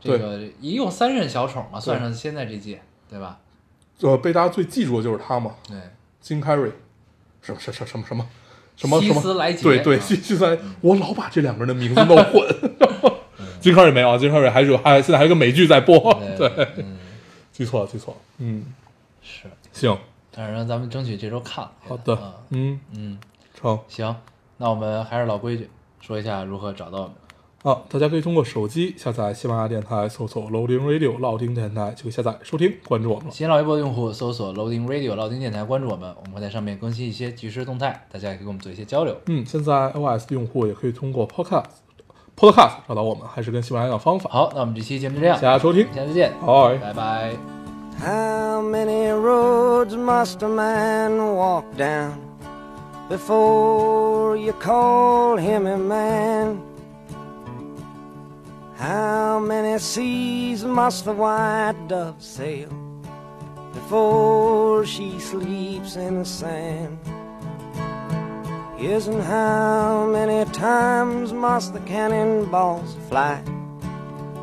S1: 这个一共三任小丑嘛，算上现在这届，对吧？
S2: 呃被大家最记住的就是他嘛，
S1: 对，
S2: 金凯瑞，什么什什什么什么什么
S1: 希
S2: 什
S1: 斯
S2: 么
S1: 莱，杰
S2: 对对，
S1: 嗯
S2: 希希斯莱，我老把这两个人的名字弄混。金康瑞没有啊，金康瑞还是有，还现在还有个美剧在播，对，
S1: 嗯，
S2: 记错了，记错了，嗯，
S1: 是，
S2: 行，
S1: 但是让咱们争取这周看了。
S2: 好的
S1: 啊，
S2: 嗯，
S1: 嗯，
S2: 成
S1: 行，那我们还是老规矩，说一下如何找到我们。
S2: 啊，大家可以通过手机下载喜马拉雅电台，搜索 Loading Radio 老丁电台就可以下载收听，关注我们了。
S1: 新浪微博的用户搜索 Loading Radio 老丁电台，关注我们，我们会在上面更新一些即时动态，大家也可以跟我们做一些交流。
S2: 嗯，现在 iOS 用户也可以通过 Podcast Podcast 找到我们，还是跟喜马拉雅的方法。
S1: 好，那我们这期节目就这样
S2: 谢谢，大家收听，
S1: 下次见，
S2: 好哎
S1: 拜拜。
S3: How many roads must a man walk down before you call him a man? How many seas must the white dove sail before she sleeps in the sand? Isn't how many times must the cannonballs fly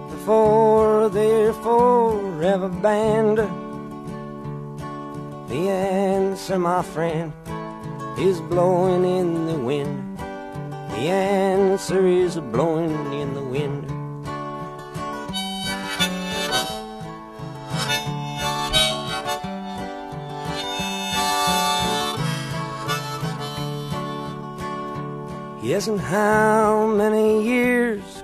S3: before they're forever banned. The answer, my friend, is blowing in the wind. The answer is blowing in the wind. Yes, and how many years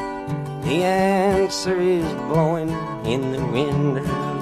S3: The answer is blowing in the wind.